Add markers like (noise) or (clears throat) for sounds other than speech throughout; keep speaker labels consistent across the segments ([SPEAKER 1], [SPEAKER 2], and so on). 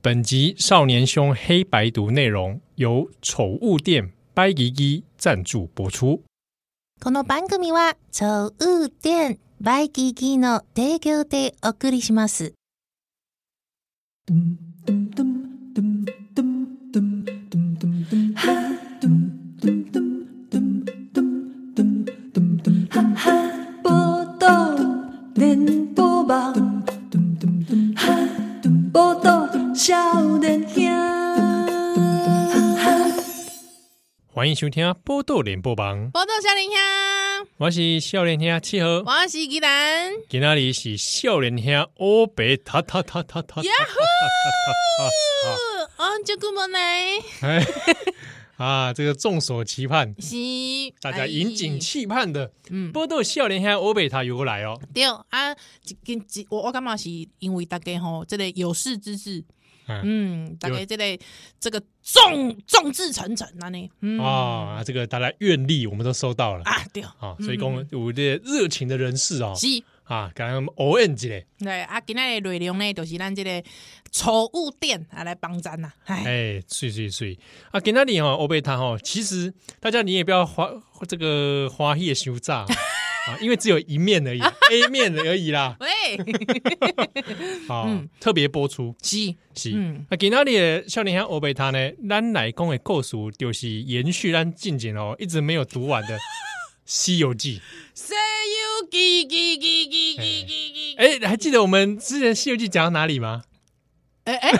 [SPEAKER 1] 本集《少年兄黑白读》内容由宠物店掰吉吉赞助播出。
[SPEAKER 2] この番組は、超雨店バイキーキーの提供でお送りします。
[SPEAKER 3] 波道连波梦，波道少年兄。
[SPEAKER 1] 欢迎收听《波豆联播榜》，
[SPEAKER 4] 波豆小林香，
[SPEAKER 1] 我是少年兄七和，
[SPEAKER 4] 我是吉兰，
[SPEAKER 1] 今那里是少年兄欧白塔塔塔塔塔。
[SPEAKER 4] 呀呼，哦，就古莫来，
[SPEAKER 1] 哎啊，这个众所期盼，
[SPEAKER 4] 是哎
[SPEAKER 1] 大家引颈期盼的
[SPEAKER 4] 嗯
[SPEAKER 1] 波豆少年兄欧白塔又来哦。
[SPEAKER 4] 对啊，一跟一我我感觉是因为大家吼，这个有识之士，
[SPEAKER 1] 嗯
[SPEAKER 4] 嗯，大
[SPEAKER 1] 有
[SPEAKER 4] 家这个这个众众志成城安尼，嗯
[SPEAKER 1] 啊，这个大家愿力我们都收到了
[SPEAKER 4] 啊对，
[SPEAKER 1] 啊，所以讲有这热情的人士哦
[SPEAKER 4] 是。
[SPEAKER 1] 啊，刚刚 O N 之类。
[SPEAKER 4] 对啊，今天的内容呢，就是咱这个宠物店啊来帮咱呐，哎，
[SPEAKER 1] 哎，碎碎碎啊！给那里哈，欧贝塔哈，其实大家你也不要花这个花叶修炸啊，因为只有一面而已，A 面而已啦。
[SPEAKER 4] 喂， (laughs)
[SPEAKER 1] 啊，特别播出
[SPEAKER 4] 是，
[SPEAKER 1] 是。
[SPEAKER 4] 嗯
[SPEAKER 1] 啊，给那里的少年兄欧贝塔呢，咱来讲的故事就是延续咱近景哦，一直没有读完的《西游记
[SPEAKER 4] 西游记记记记记记记》。，
[SPEAKER 1] 哎，还记得我们之前《西游记》讲到哪里吗？
[SPEAKER 4] 哎哎，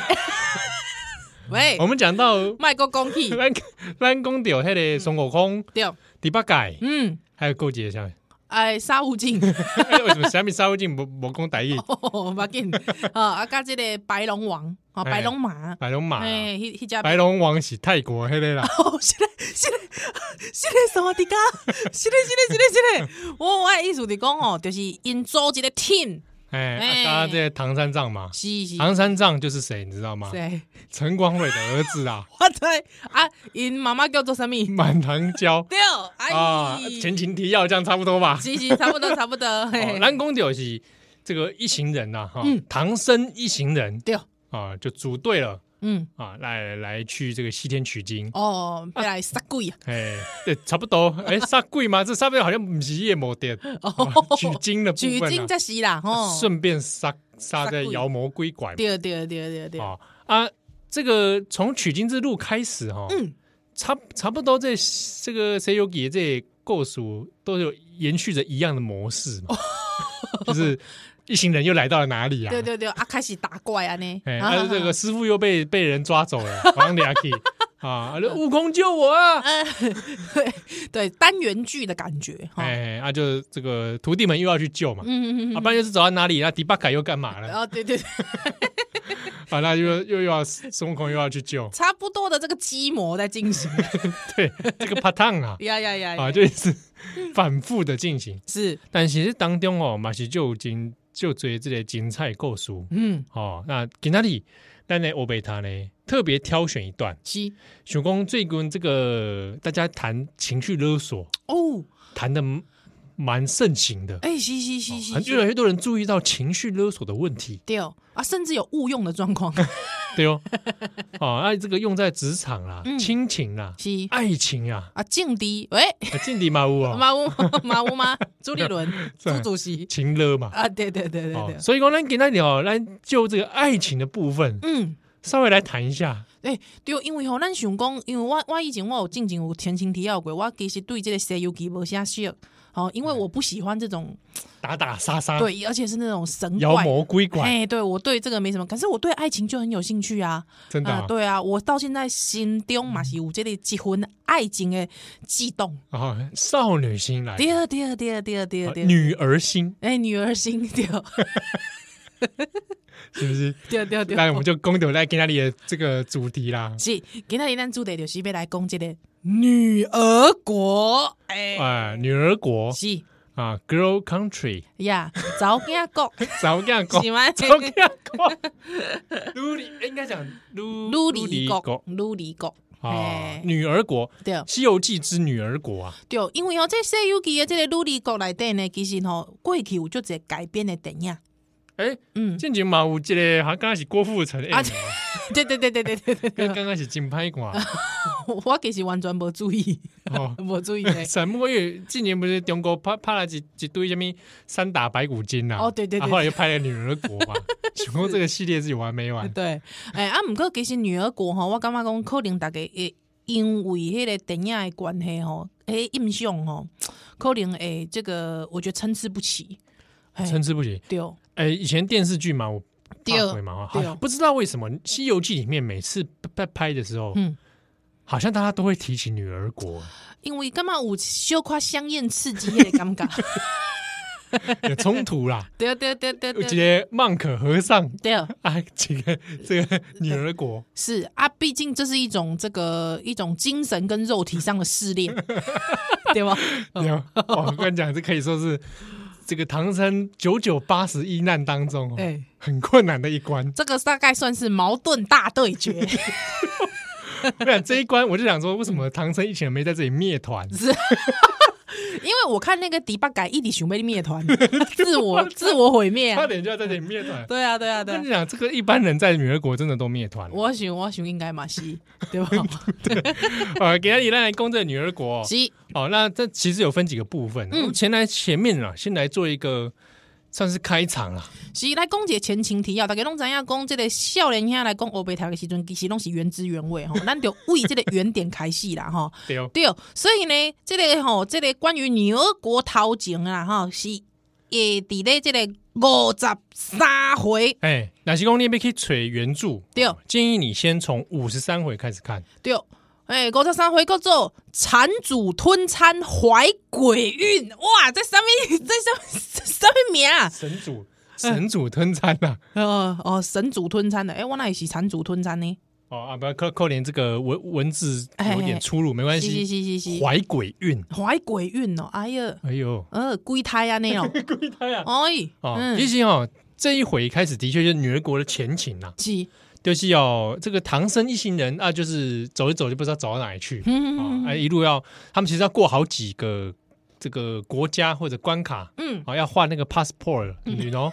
[SPEAKER 4] 喂，
[SPEAKER 1] 我们讲到
[SPEAKER 4] 卖个讲
[SPEAKER 1] (laughs)
[SPEAKER 4] 起，
[SPEAKER 1] 咱咱讲到那个孙悟空、
[SPEAKER 4] 对，
[SPEAKER 1] 猪八戒，
[SPEAKER 4] 嗯，
[SPEAKER 1] 还有勾结下。
[SPEAKER 4] 哎，沙悟
[SPEAKER 1] (laughs)
[SPEAKER 4] 净，(laughs)
[SPEAKER 1] 哎为什么虾米沙悟净不不讲台语？
[SPEAKER 4] 哦，要紧，啊，啊，加这个白龙王，哦，
[SPEAKER 1] 哎
[SPEAKER 4] 白龙马，
[SPEAKER 1] 白龙马，
[SPEAKER 4] 哎，迄迄只。
[SPEAKER 1] 白，龙王是泰国黑的啦
[SPEAKER 4] (laughs) 哦，是嘞，是嘞，是嘞，什么的噶？是嘞，是嘞，是嘞，是嘞，我我的意思是讲哦，就是因做一个 team，
[SPEAKER 1] 哎，
[SPEAKER 4] 哎
[SPEAKER 1] 刚刚这个唐三藏嘛，
[SPEAKER 4] 是是，
[SPEAKER 1] 唐三藏就是谁，你知道吗？
[SPEAKER 4] 对，
[SPEAKER 1] 陈光伟的儿子啊， (laughs)
[SPEAKER 4] 我知啊，因妈妈叫做什么？
[SPEAKER 1] 满堂娇
[SPEAKER 4] 对，
[SPEAKER 1] 啊
[SPEAKER 4] 哎，，
[SPEAKER 1] 前哦情提要这样差不多吧。
[SPEAKER 4] 是是，差不多，差不
[SPEAKER 1] (laughs)
[SPEAKER 4] 多，嘿，
[SPEAKER 1] 南宫九是这个一行人呐，哈，
[SPEAKER 4] 嗯
[SPEAKER 1] 唐僧一行人
[SPEAKER 4] 对，
[SPEAKER 1] 啊，就组队了
[SPEAKER 4] 嗯，
[SPEAKER 1] 啊，来来去这个西天取经。
[SPEAKER 4] 哦，要来杀鬼啊！
[SPEAKER 1] 哎，对，差不
[SPEAKER 4] (laughs)
[SPEAKER 1] 多。哎，杀鬼吗？这杀鬼好像不是夜魔点，啊取经的部
[SPEAKER 4] 哦取
[SPEAKER 1] 分
[SPEAKER 4] 经
[SPEAKER 1] 啊
[SPEAKER 4] 才是啦，吼，
[SPEAKER 1] 顺便杀杀
[SPEAKER 4] 杀
[SPEAKER 1] 在
[SPEAKER 4] 鬼
[SPEAKER 1] 妖魔鬼怪嘛。
[SPEAKER 4] 对对对对对，
[SPEAKER 1] 哦啊，这个从取经之路开始哈、
[SPEAKER 4] 嗯，
[SPEAKER 1] 差差不多这这个谁有给这构数都有延续着一样的模式嘛， (laughs) 就是一行人又来到了哪里啊？
[SPEAKER 4] 哦对对对，啊，开始打怪啊呢，
[SPEAKER 1] 哎，
[SPEAKER 4] 啊
[SPEAKER 1] 啊，这个，师傅又被被人抓走了，王俩
[SPEAKER 4] (laughs)
[SPEAKER 1] k
[SPEAKER 4] 哦
[SPEAKER 1] 啊，啊悟空救我啊！
[SPEAKER 4] 呃， (laughs) 对，单元剧的感觉，哈，
[SPEAKER 1] 哎，啊，就这个徒弟们又要去救嘛，
[SPEAKER 4] 嗯嗯嗯
[SPEAKER 1] 啊，不然就是走到哪里，那迪巴卡又干嘛
[SPEAKER 4] 嗯，
[SPEAKER 1] 了？
[SPEAKER 4] 啊，对对，对，
[SPEAKER 1] 啊，那又又要孙悟空又要去救
[SPEAKER 4] 差不多的这个基模在进
[SPEAKER 1] (laughs)
[SPEAKER 4] 行，
[SPEAKER 1] 对，这个 p a t a n
[SPEAKER 4] (laughs)
[SPEAKER 1] 啊，
[SPEAKER 4] 呀呀呀，
[SPEAKER 1] 啊，
[SPEAKER 4] 呀
[SPEAKER 1] 就是反复的进行。
[SPEAKER 4] 是，
[SPEAKER 1] 但其实当中哦，嘛是就真就追这个精彩故事
[SPEAKER 4] 嗯，
[SPEAKER 1] 哦。那今天里，咱的欧贝塔呢，特别挑选一段，
[SPEAKER 4] 是，
[SPEAKER 1] 想讲最近这个大家谈情绪勒索，
[SPEAKER 4] 哦，
[SPEAKER 1] 谈的蛮盛行的，
[SPEAKER 4] 哎，是是是是
[SPEAKER 1] 哦很越
[SPEAKER 4] 是，
[SPEAKER 1] 来越多人注意到情绪勒索的问题，
[SPEAKER 4] 对哦，啊，甚至有误用的状况， (laughs)
[SPEAKER 1] 对哦，哦，那、这个用在职场啦、
[SPEAKER 4] 嗯
[SPEAKER 1] 亲情啦、
[SPEAKER 4] 是，
[SPEAKER 1] 爱情啊，
[SPEAKER 4] 啊，劲敌，喂，
[SPEAKER 1] 近地马屋
[SPEAKER 4] (laughs)
[SPEAKER 1] 哦，
[SPEAKER 4] 马乌马乌吗？朱立
[SPEAKER 1] (laughs)
[SPEAKER 4] 伦，朱主席，
[SPEAKER 1] 情勒嘛。
[SPEAKER 4] 啊，对对对对
[SPEAKER 1] 哦
[SPEAKER 4] 对，，
[SPEAKER 1] 所以讲，咱今天里哦，咱就这个爱情的部分，
[SPEAKER 4] 嗯。
[SPEAKER 1] 稍微来谈一下。
[SPEAKER 4] 诶、对，哦因为吼，咱想讲，因为我我以前我有进前有前情提要过，我其实对这个《西游记》无啥熟，哦，因为
[SPEAKER 1] 嗯
[SPEAKER 4] 我不喜欢这种，
[SPEAKER 1] 打打杀杀，
[SPEAKER 4] 对，而且是那种神
[SPEAKER 1] 啊妖
[SPEAKER 4] 怪。
[SPEAKER 1] 魔鬼怪，
[SPEAKER 4] 哎、对我对这个没什么，可是我对爱情就很有兴趣啊！
[SPEAKER 1] 真的
[SPEAKER 4] 啊
[SPEAKER 1] 啊，
[SPEAKER 4] 对啊，我到现在心中嘛是有这个结婚爱情的悸动。
[SPEAKER 1] 啊，少女心来，
[SPEAKER 4] 第二，第二，第二，第二，第
[SPEAKER 1] 啊
[SPEAKER 4] 二，第二，
[SPEAKER 1] 哎女儿心
[SPEAKER 4] 哎、女儿心 (laughs) 对哦
[SPEAKER 1] 是不是？
[SPEAKER 4] 对啊对对，
[SPEAKER 1] 那我们就公牛来给那里的这个主题啦。
[SPEAKER 4] 是今天咱主题就是要来讲这个女儿国，哎、
[SPEAKER 1] 啊，女儿国
[SPEAKER 4] 是
[SPEAKER 1] 啊，Girl Country，
[SPEAKER 4] 呀，早间
[SPEAKER 1] (laughs)
[SPEAKER 4] 国。
[SPEAKER 1] 怎么样讲？
[SPEAKER 4] (laughs) 是吗
[SPEAKER 1] 怎么样
[SPEAKER 4] (laughs)
[SPEAKER 1] 讲？卢里应该讲卢
[SPEAKER 4] 鲁里国
[SPEAKER 1] 国，
[SPEAKER 4] 鲁里国，
[SPEAKER 1] 啊
[SPEAKER 4] 哎，，
[SPEAKER 1] 女儿国，《
[SPEAKER 4] 对
[SPEAKER 1] 西游记》之女儿国啊，
[SPEAKER 4] 对，因哦为哦，这《西游记》的这个鲁里国内底呢，其实吼、过去有就一个改编的电影，
[SPEAKER 1] 哎，
[SPEAKER 4] 嗯，
[SPEAKER 1] 进前嘛有这个好像刚开始郭富城的 M
[SPEAKER 4] 啊
[SPEAKER 1] 嘛，
[SPEAKER 4] 对 (laughs) 对对对对对对对
[SPEAKER 1] 跟
[SPEAKER 4] 对，
[SPEAKER 1] 刚开始金拍
[SPEAKER 4] (laughs)
[SPEAKER 1] 挂
[SPEAKER 4] 我 (laughs) 我其实完全无注意， (laughs)
[SPEAKER 1] 哦。。
[SPEAKER 4] 无 (laughs) 注意
[SPEAKER 1] (laughs)
[SPEAKER 4] 咧
[SPEAKER 1] 沈墨月今年不是中国拍拍了几几堆什么三打白骨精啊？
[SPEAKER 4] 哦对对对
[SPEAKER 1] 啊后来又拍了《女儿国》
[SPEAKER 4] (laughs)
[SPEAKER 1] 嘛，想说这个系列是有完没完？
[SPEAKER 4] 对，哎、啊，毋过其实女儿国吼，我感觉讲可能大家会因为迄个电影的关系吼，迄印象吼，可能会这个我觉得参差不齐。嘿
[SPEAKER 1] 参差不齐。
[SPEAKER 4] 对，
[SPEAKER 1] 哎，以前电视剧嘛，我
[SPEAKER 4] 对
[SPEAKER 1] 怕鬼嘛，好
[SPEAKER 4] 对哦
[SPEAKER 1] 不知道为什么《西游记》里面每次在拍的时候，
[SPEAKER 4] 嗯，
[SPEAKER 1] 好像大家都会提起女儿
[SPEAKER 4] (laughs)
[SPEAKER 1] 国，
[SPEAKER 4] 啊因为感觉有小夸香艳刺激迄个感 (laughs) 觉。。
[SPEAKER 1] 有冲突啦
[SPEAKER 4] 对对对 (laughs) 对
[SPEAKER 1] 有一
[SPEAKER 4] 对，
[SPEAKER 1] 个曼可和尚
[SPEAKER 4] 对。
[SPEAKER 1] 啊，这个 (laughs) 这个女儿
[SPEAKER 4] (laughs)
[SPEAKER 1] 国，
[SPEAKER 4] 是啊，毕竟这是一种这个一种精神跟肉体上的试 (laughs) 炼，对吧？
[SPEAKER 1] 你看我跟你讲，这可以说是这个唐僧九九八十一难当中、哦，
[SPEAKER 4] 哎、
[SPEAKER 1] 很困难的一关。
[SPEAKER 4] 这个大概算是矛盾大对
[SPEAKER 1] (laughs)
[SPEAKER 4] 决，
[SPEAKER 1] 我想这一关，我就想说，为什么唐僧以前没在这里灭团？
[SPEAKER 4] 因为我看那个迪巴改一直想被灭
[SPEAKER 1] (laughs)
[SPEAKER 4] 团，自我自我毁灭、
[SPEAKER 1] 差
[SPEAKER 4] 啊。
[SPEAKER 1] 点就要在这里灭团。
[SPEAKER 4] 对啊，对啊，
[SPEAKER 1] 我
[SPEAKER 4] 对啊
[SPEAKER 1] 跟你讲，这个一般人在女儿国真的都灭团了。
[SPEAKER 4] 我想，我想应该
[SPEAKER 1] (laughs)
[SPEAKER 4] 嘛是，对吧？
[SPEAKER 1] 呃，给他一来攻这个女儿国、哦。
[SPEAKER 4] 是，嗯
[SPEAKER 1] 好，那这其实有分几个部分，我们前来前面啊，先来做一个算是开场啦。
[SPEAKER 4] 是来讲一个前情提要，大家拢知影讲，这个少年兄来讲欧白台的时阵，其实拢是原汁原味吼，
[SPEAKER 1] (laughs)
[SPEAKER 4] 咱就为这个原点开始啦吼。
[SPEAKER 1] 对哦，
[SPEAKER 4] 对，所以呢，这个吼，这个关于女儿国头前啊吼，是诶，伫咧这个五十三回，
[SPEAKER 1] 哎，哪些公你被可以锤原著？
[SPEAKER 4] 对
[SPEAKER 1] 哦建议你先从五十三回开始看。
[SPEAKER 4] 对，诶，五十三回叫做产主吞餐怀鬼孕，哇，这啥物？这啥物这啥物名啊？
[SPEAKER 1] 神主神主吞餐呐、啊！
[SPEAKER 4] 哦哦，神主吞餐的，诶，我那也是产主吞餐呢，
[SPEAKER 1] 哦啊，不要扣扣连这个文文字
[SPEAKER 4] 哎
[SPEAKER 1] 有点出入，没关
[SPEAKER 4] 是是
[SPEAKER 1] 系。
[SPEAKER 4] 是是是，
[SPEAKER 1] 怀鬼孕，
[SPEAKER 4] 怀鬼孕哦，哎呀，
[SPEAKER 1] 哎呦，
[SPEAKER 4] 呃，鬼胎安尼
[SPEAKER 1] (laughs)
[SPEAKER 4] 哦，
[SPEAKER 1] 鬼胎啊！
[SPEAKER 4] 哎，
[SPEAKER 1] 哦，
[SPEAKER 4] 嗯
[SPEAKER 1] 其，实哦，这一回开始的确就是女儿国的前情呐、啊，
[SPEAKER 4] 是，
[SPEAKER 1] 就是哦，这个唐僧一行人啊，就是走一走就不知道走到哪里去啊、
[SPEAKER 4] 嗯
[SPEAKER 1] 哎一路要他们其实要过好几个这个国家或者关卡，
[SPEAKER 4] 嗯，
[SPEAKER 1] 啊，要换那个 passport，你哦，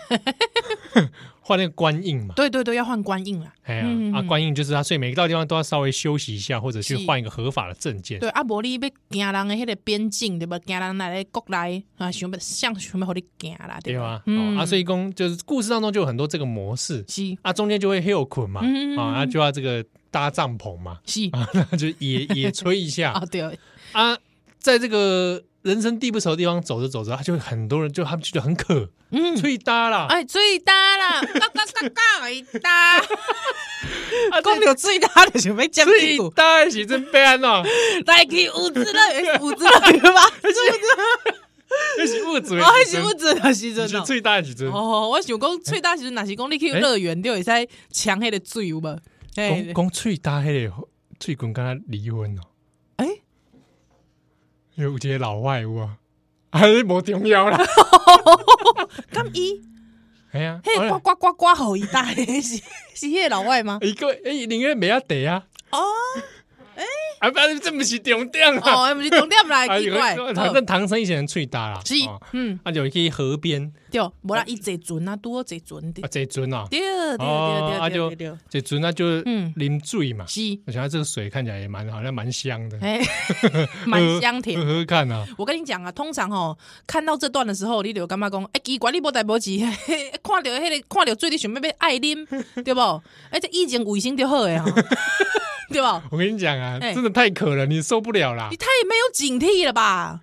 [SPEAKER 1] (laughs) 换那个官印嘛。
[SPEAKER 4] 对对对，要换官印啦。
[SPEAKER 1] 哎呀
[SPEAKER 4] 嗯嗯，
[SPEAKER 1] 啊，
[SPEAKER 4] 嗯
[SPEAKER 1] 官印就是他，所以每个地方都要稍微休息一下，或者去
[SPEAKER 4] 是
[SPEAKER 1] 换一个合法的证件。
[SPEAKER 4] 对啊，无你要行人的迄个边境对吧？行人来咧国内啊，想要想想要互你行啦，
[SPEAKER 1] 对
[SPEAKER 4] 对吧嗯
[SPEAKER 1] 吗？？哦啊，所以公就是故事当中就有很多这个模式
[SPEAKER 4] 是
[SPEAKER 1] 啊，中间就会 hill 捆嘛，
[SPEAKER 4] 嗯
[SPEAKER 1] 啊，啊就要这个搭帐篷嘛，
[SPEAKER 4] 是
[SPEAKER 1] 啊，那就野野炊一下
[SPEAKER 4] (laughs) 啊，对，
[SPEAKER 1] 啊，在这个人生地不熟的地方走着走着，他就很多人就他们觉得很渴，
[SPEAKER 4] 嗯，
[SPEAKER 1] 吹搭啦，
[SPEAKER 4] (laughs) 哎，最大啦，嘎嘎嘎嘎，一 (laughs) 大，
[SPEAKER 1] 啊，
[SPEAKER 4] 讲到最大就想要尖屁
[SPEAKER 1] 吹
[SPEAKER 4] 股，
[SPEAKER 1] 搭是真悲哀
[SPEAKER 4] (laughs)
[SPEAKER 1] 哦，
[SPEAKER 4] 来去五子乐，五 (laughs) 子乐园吧，
[SPEAKER 1] 那是物质，
[SPEAKER 4] 啊，还是五子的时
[SPEAKER 1] 那
[SPEAKER 4] 阵
[SPEAKER 1] 是
[SPEAKER 4] 哦。
[SPEAKER 1] 最大的时阵。
[SPEAKER 4] 哦，我想讲最大时阵，若是讲你去乐园，就会使抢迄个水有无？
[SPEAKER 1] 公
[SPEAKER 4] 哎
[SPEAKER 1] 公最大黑的最滚跟他离婚哦，
[SPEAKER 4] 哎，
[SPEAKER 1] 因为有一个老外有啊，还是无重要
[SPEAKER 4] (laughs)
[SPEAKER 1] 啦。
[SPEAKER 4] 咁伊
[SPEAKER 1] 哎呀，
[SPEAKER 4] 迄
[SPEAKER 1] 好
[SPEAKER 4] 个
[SPEAKER 1] 啦
[SPEAKER 4] 呱呱呱呱吼一大，是
[SPEAKER 1] (laughs)
[SPEAKER 4] 是迄个老外吗？
[SPEAKER 1] 一个哎，另外没要得啊，
[SPEAKER 4] 哦。
[SPEAKER 1] 啊，不，这不是重点啊。
[SPEAKER 4] 哦，毋是重点来
[SPEAKER 1] 啊，
[SPEAKER 4] 奇
[SPEAKER 1] 有
[SPEAKER 4] 怪，
[SPEAKER 1] 个反正
[SPEAKER 4] 嗯
[SPEAKER 1] 唐僧以前最大啦，
[SPEAKER 4] 是
[SPEAKER 1] 哦，
[SPEAKER 4] 嗯，
[SPEAKER 1] 啊，有去河边
[SPEAKER 4] 对，无啦，伊坐船啊，拄好坐船的
[SPEAKER 1] 啊，，这尊啊，
[SPEAKER 4] 对对
[SPEAKER 1] 哦啊
[SPEAKER 4] 对
[SPEAKER 1] 就
[SPEAKER 4] 对对对，
[SPEAKER 1] 这尊啊就
[SPEAKER 4] 嗯
[SPEAKER 1] 啉醉嘛，
[SPEAKER 4] 是，
[SPEAKER 1] 我想到这个水看起来也蛮好像蛮香的， (laughs)
[SPEAKER 4] 哎，
[SPEAKER 1] 嗯
[SPEAKER 4] 蛮香甜
[SPEAKER 1] 喝。喝看啊，
[SPEAKER 4] 我跟你讲啊，通常吼看到这段的时候，你就感觉讲，哎，奇怪，你无代无志，嘿嘿看到迄个看到水，你想要要
[SPEAKER 1] (laughs)
[SPEAKER 4] 爱啉，对无？哎，这以前卫生就好诶吼， (laughs) 对无？
[SPEAKER 1] 我跟你讲啊，
[SPEAKER 4] 哎
[SPEAKER 1] 真的太渴了，你受不了啦
[SPEAKER 4] 你。太没有警惕了吧？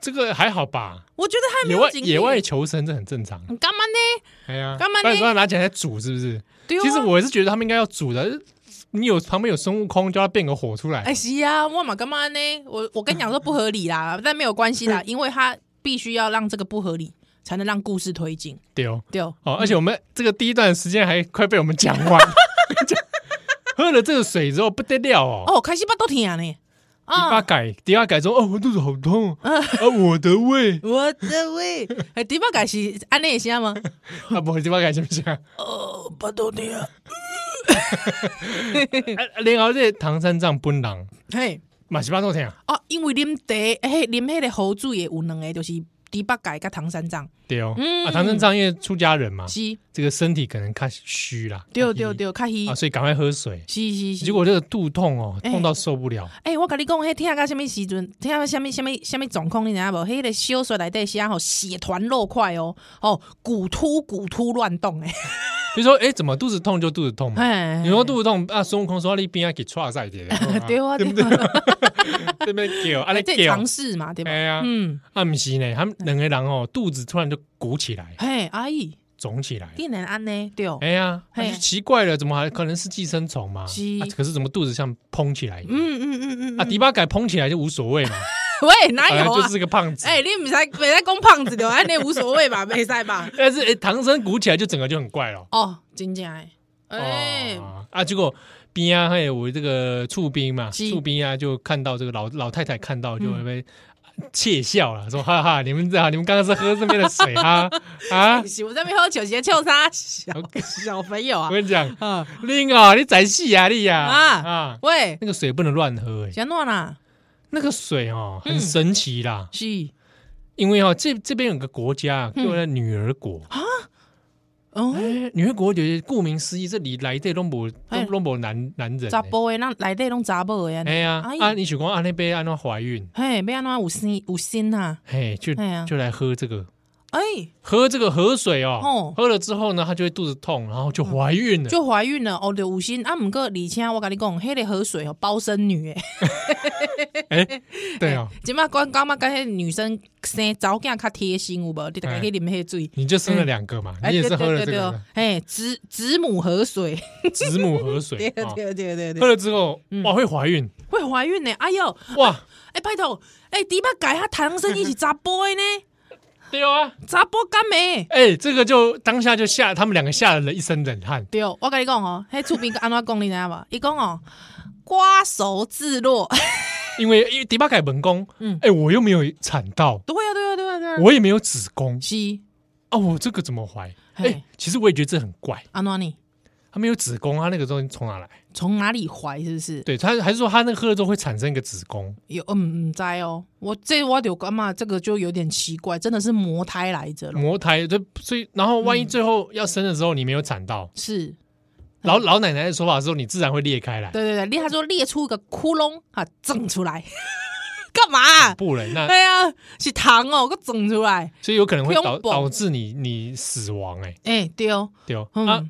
[SPEAKER 1] 这个还好吧？
[SPEAKER 4] 我觉得太没
[SPEAKER 1] 野
[SPEAKER 4] 有
[SPEAKER 1] 外
[SPEAKER 4] 警惕。
[SPEAKER 1] 野外，求生这很正常。
[SPEAKER 4] 干嘛呢？
[SPEAKER 1] 哎呀，
[SPEAKER 4] 干嘛呢
[SPEAKER 1] 不然说要拿起来煮是不是？
[SPEAKER 4] 对啊
[SPEAKER 1] 其实我是觉得他们应该要煮的。你有旁边有孙悟空，叫他变个火出来。
[SPEAKER 4] 哎、是啊，我嘛干嘛呢？我我跟你讲说不合理啦，但没有
[SPEAKER 1] (laughs)
[SPEAKER 4] 关系啦，因为他必须要让这个不合理，才能让故事推进。
[SPEAKER 1] 对哦，
[SPEAKER 4] 对哦，
[SPEAKER 1] 哦，而且我们这个第一段时间还快被我们讲完。 (laughs) 喝了这个水之后不得了哦，
[SPEAKER 4] 哦，开始巴都听呢。
[SPEAKER 1] 第八改第二改说哦，我肚子好痛
[SPEAKER 4] 嗯
[SPEAKER 1] 啊，我的胃
[SPEAKER 4] 我
[SPEAKER 1] (laughs)
[SPEAKER 4] 的胃，哎，第八改是安内下吗？
[SPEAKER 1] 啊，不，第八改行不行？啊
[SPEAKER 4] 哦，巴都听。嗯
[SPEAKER 1] 啊然后这个唐三藏本人
[SPEAKER 4] 嘿，
[SPEAKER 1] 马西巴豆听，啊
[SPEAKER 4] 哦，因为啉茶，嘿，啉迄个好水的有两个，就是迪巴改跟唐三藏，
[SPEAKER 1] 对哦，
[SPEAKER 4] 嗯
[SPEAKER 1] 啊，唐三藏因为出家人嘛，
[SPEAKER 4] 是，
[SPEAKER 1] 这个身体可能看虚啦，
[SPEAKER 4] 对
[SPEAKER 1] 较
[SPEAKER 4] 对
[SPEAKER 1] 虚
[SPEAKER 4] 对，较虚
[SPEAKER 1] 啊，，所以赶快喝水。
[SPEAKER 4] 是是是。
[SPEAKER 1] 结果这个肚痛哦，
[SPEAKER 4] 哎
[SPEAKER 1] 痛到受不了，
[SPEAKER 4] 哎、我跟你讲，迄听到什么时阵，听到什么什么什么状况，你知影无？迄、个小说内底写吼血团肉块哦，哦，骨突骨突乱动诶，
[SPEAKER 1] 比如说哎，怎么肚子痛就肚子痛嘛，
[SPEAKER 4] 哎， (laughs)
[SPEAKER 1] 你说肚哦子痛啊，孙悟空说你边要给踹在一点，
[SPEAKER 4] 对啊对 (laughs) 啊，
[SPEAKER 1] (laughs) 这边叫，啊
[SPEAKER 4] 哎
[SPEAKER 1] 来
[SPEAKER 4] 这是
[SPEAKER 1] 叫
[SPEAKER 4] 尝，试嘛，对吧？
[SPEAKER 1] 哎呀，
[SPEAKER 4] 嗯，
[SPEAKER 1] 啊不是呢，他们两个人哦，肚子突然就鼓起来，
[SPEAKER 4] 嘿，阿姨，
[SPEAKER 1] 肿起来，
[SPEAKER 4] 竟然安尼对，
[SPEAKER 1] 哎呀，
[SPEAKER 4] 嘿
[SPEAKER 1] 啊就奇怪了，怎么还可能是寄生虫嘛？
[SPEAKER 4] 是
[SPEAKER 1] 啊可是怎么肚子像膨起来一样？
[SPEAKER 4] 嗯嗯嗯嗯，
[SPEAKER 1] 啊，
[SPEAKER 4] 嗯
[SPEAKER 1] 迪巴改膨起来就无所
[SPEAKER 4] (laughs)
[SPEAKER 1] 谓嘛，
[SPEAKER 4] 喂，哪
[SPEAKER 1] 反
[SPEAKER 4] 有
[SPEAKER 1] 正就
[SPEAKER 4] 啊？
[SPEAKER 1] 是个胖子。
[SPEAKER 4] 哎、你唔使别再讲胖子对吧，安尼无所谓
[SPEAKER 1] (laughs)
[SPEAKER 4] 吧，没使吧？
[SPEAKER 1] 但是哎，唐僧鼓起来就整个就很怪了。
[SPEAKER 4] 哦，真正诶，哎、
[SPEAKER 1] 哦啊，结果边啊还有我这个醋兵嘛，
[SPEAKER 4] 是嗯
[SPEAKER 1] 醋兵啊就看到这个老老太太看到就会被窃笑了，说哈哈，你们这啊，你们刚刚是喝这边的水
[SPEAKER 4] (laughs)
[SPEAKER 1] 啊啊！
[SPEAKER 4] 是我这边喝酒节笑啥小小朋友啊
[SPEAKER 1] 我？跟你讲，
[SPEAKER 4] 啊
[SPEAKER 1] 令啊，你仔细啊，你呀
[SPEAKER 4] 啊
[SPEAKER 1] 啊，
[SPEAKER 4] 喂，
[SPEAKER 1] 那个水不能乱喝哎，
[SPEAKER 4] 小诺啦，
[SPEAKER 1] 那个水哦很
[SPEAKER 4] 嗯
[SPEAKER 1] 神奇啦，
[SPEAKER 4] 是
[SPEAKER 1] 因为哦这这边有个国家叫
[SPEAKER 4] 嗯
[SPEAKER 1] 做女儿国，
[SPEAKER 4] 哦。
[SPEAKER 1] 哎，女儿国就是顾名思义，这里来这都无
[SPEAKER 4] 哎
[SPEAKER 1] 都都无男男人
[SPEAKER 4] 查
[SPEAKER 1] 欸
[SPEAKER 4] 甫的，咱内底拢查某的安尼
[SPEAKER 1] 哎呀
[SPEAKER 4] 哎，
[SPEAKER 1] 啊，你想讲安那边安那怀孕，
[SPEAKER 4] 嘿，要安怎有心有心啊？
[SPEAKER 1] 嘿，就
[SPEAKER 4] 哎呀
[SPEAKER 1] 就来喝这个，
[SPEAKER 4] 哎，
[SPEAKER 1] 喝这个河水哦
[SPEAKER 4] 哦，
[SPEAKER 1] 喝了之后呢，她就会肚子痛，然后就怀孕了。
[SPEAKER 4] 就怀孕了哦，就有心啊。毋过而且我甲你讲，迄个河水哦，包生女诶，
[SPEAKER 1] 对哦，
[SPEAKER 4] (laughs) 即马感感觉甲迄个女生生查某囝较贴心有无？
[SPEAKER 1] 哎
[SPEAKER 4] 你大概去啉迄个水。
[SPEAKER 1] 你就生了两个嘛，
[SPEAKER 4] 哎
[SPEAKER 1] 你也是
[SPEAKER 4] 对
[SPEAKER 1] 喝了
[SPEAKER 4] 对
[SPEAKER 1] 这
[SPEAKER 4] 对
[SPEAKER 1] 个
[SPEAKER 4] 对哎，子子母河水，
[SPEAKER 1] 子母河水
[SPEAKER 4] (laughs) 对
[SPEAKER 1] 啊，哦
[SPEAKER 4] 对对对嗯
[SPEAKER 1] 喝
[SPEAKER 4] 对，
[SPEAKER 1] 了之后哇会怀孕，
[SPEAKER 4] 会怀孕呢。哎哟，
[SPEAKER 1] 哇，
[SPEAKER 4] 哎，拜托，哎，迪巴改他唐僧伊是查甫的呢，
[SPEAKER 1] 对啊，
[SPEAKER 4] 查甫干咩？
[SPEAKER 1] 哎，这个就当下就吓他们两个吓了一身冷汗，
[SPEAKER 4] 对，我跟你讲哦，迄厝边安怎讲你知影无？伊讲哦，瓜熟自落。
[SPEAKER 1] 因为因为迪巴改本宫，
[SPEAKER 4] 嗯
[SPEAKER 1] 哎，我又没有产道，
[SPEAKER 4] 对呀、啊对呀、对呀、对呀、
[SPEAKER 1] 我也没有子宫
[SPEAKER 4] 是
[SPEAKER 1] 啊，我这个怎么怀？哎
[SPEAKER 4] 嘿，
[SPEAKER 1] 其实我也觉得这很怪，
[SPEAKER 4] 安诺尼
[SPEAKER 1] 他没有子宫，他那个东西从哪来？
[SPEAKER 4] 从哪里怀是不是？
[SPEAKER 1] 对他还是说他那个喝了之后会产生一个子宫？
[SPEAKER 4] 有嗯嗯在哦，我这我有干嘛？这个就有点奇怪，真的是魔胎来着了，
[SPEAKER 1] 魔胎，对，所以然后万一最后要生的时候你没有产到，
[SPEAKER 4] 是
[SPEAKER 1] 老老奶奶的说法的时候，你自然会裂开来。
[SPEAKER 4] 嗯对对对，列他说列出一个窟窿啊，整出来干嘛、
[SPEAKER 1] 不然那
[SPEAKER 4] 对呀、啊，是糖哦，给我整出来，
[SPEAKER 1] 所以有可能会导
[SPEAKER 4] 恐怖
[SPEAKER 1] 导致你你死亡哎、
[SPEAKER 4] 哎、对哦，
[SPEAKER 1] 对哦、
[SPEAKER 4] 嗯，
[SPEAKER 1] 啊，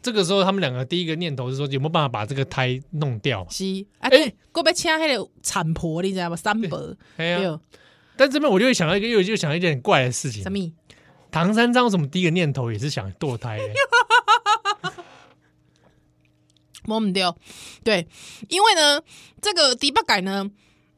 [SPEAKER 1] 这个时候他们两个第一个念头是说有没有办法把这个胎弄掉？
[SPEAKER 4] 是啊，
[SPEAKER 1] 哎
[SPEAKER 4] 哎，我要请那个产婆，你知道吗？三伯，
[SPEAKER 1] 哎
[SPEAKER 4] 对
[SPEAKER 1] 呀，
[SPEAKER 4] 哦，
[SPEAKER 1] 但这边我就会想到一个又又想到一件很怪的事情
[SPEAKER 4] 什，么？
[SPEAKER 1] 唐三藏为什么第一个念头也是想堕胎、
[SPEAKER 4] (laughs)
[SPEAKER 1] 欸？
[SPEAKER 4] 啊摸唔对，对，因为呢，这个猪八戒呢，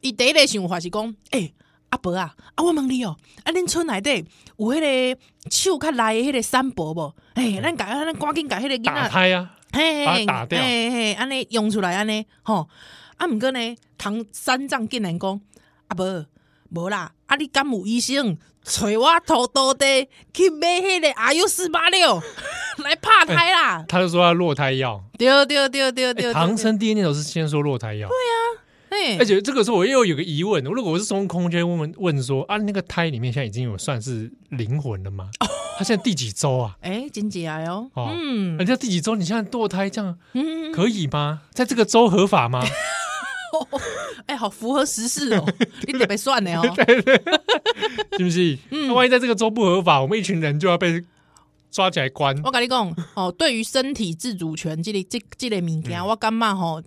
[SPEAKER 4] 伊第一个想法是讲，诶、阿伯啊，啊，我问你哦、啊，恁村内底有迄个手较内的迄个三伯无？诶、咱甲咱赶紧甲迄个囡
[SPEAKER 1] 打
[SPEAKER 4] 仔，
[SPEAKER 1] 胎啊，
[SPEAKER 4] 嘿
[SPEAKER 1] 把它打掉
[SPEAKER 4] 嘿嘿，安尼用出来安尼，吼，啊，毋过呢，唐三藏竟然讲，阿伯，无啦，啊，你敢有医生？找我头倒地去买迄个阿 U 四八六 (laughs) 来拍
[SPEAKER 1] (laughs)
[SPEAKER 4] 胎啦！
[SPEAKER 1] 他就说要落胎药。
[SPEAKER 4] 对对对对
[SPEAKER 1] 欸
[SPEAKER 4] 对，
[SPEAKER 1] 唐哎
[SPEAKER 4] 对
[SPEAKER 1] 僧第一念头是先说落胎药，
[SPEAKER 4] 嘿
[SPEAKER 1] 而且这个时候我又有个疑问，如果我是孙悟空，就会问问说啊，那个胎里面现在已经有算是灵魂了吗？
[SPEAKER 4] 哦
[SPEAKER 1] 他现在第几周啊？
[SPEAKER 4] 哎，真正的哦，
[SPEAKER 1] 哦
[SPEAKER 4] 嗯
[SPEAKER 1] 人家第几周？你现在堕胎这样
[SPEAKER 4] 嗯，
[SPEAKER 1] 可以吗？在这个州合法
[SPEAKER 4] (laughs)
[SPEAKER 1] 吗？
[SPEAKER 4] 哎，好符合时事
[SPEAKER 1] (laughs)
[SPEAKER 4] 哦，你特别算的哦，
[SPEAKER 1] 是不是？
[SPEAKER 4] 嗯
[SPEAKER 1] 那万一在这个州不合法，我们一群人就要被抓起来关。
[SPEAKER 4] (laughs) 我跟你讲哦，对于身体自主权这个这这类物件，我感觉吼，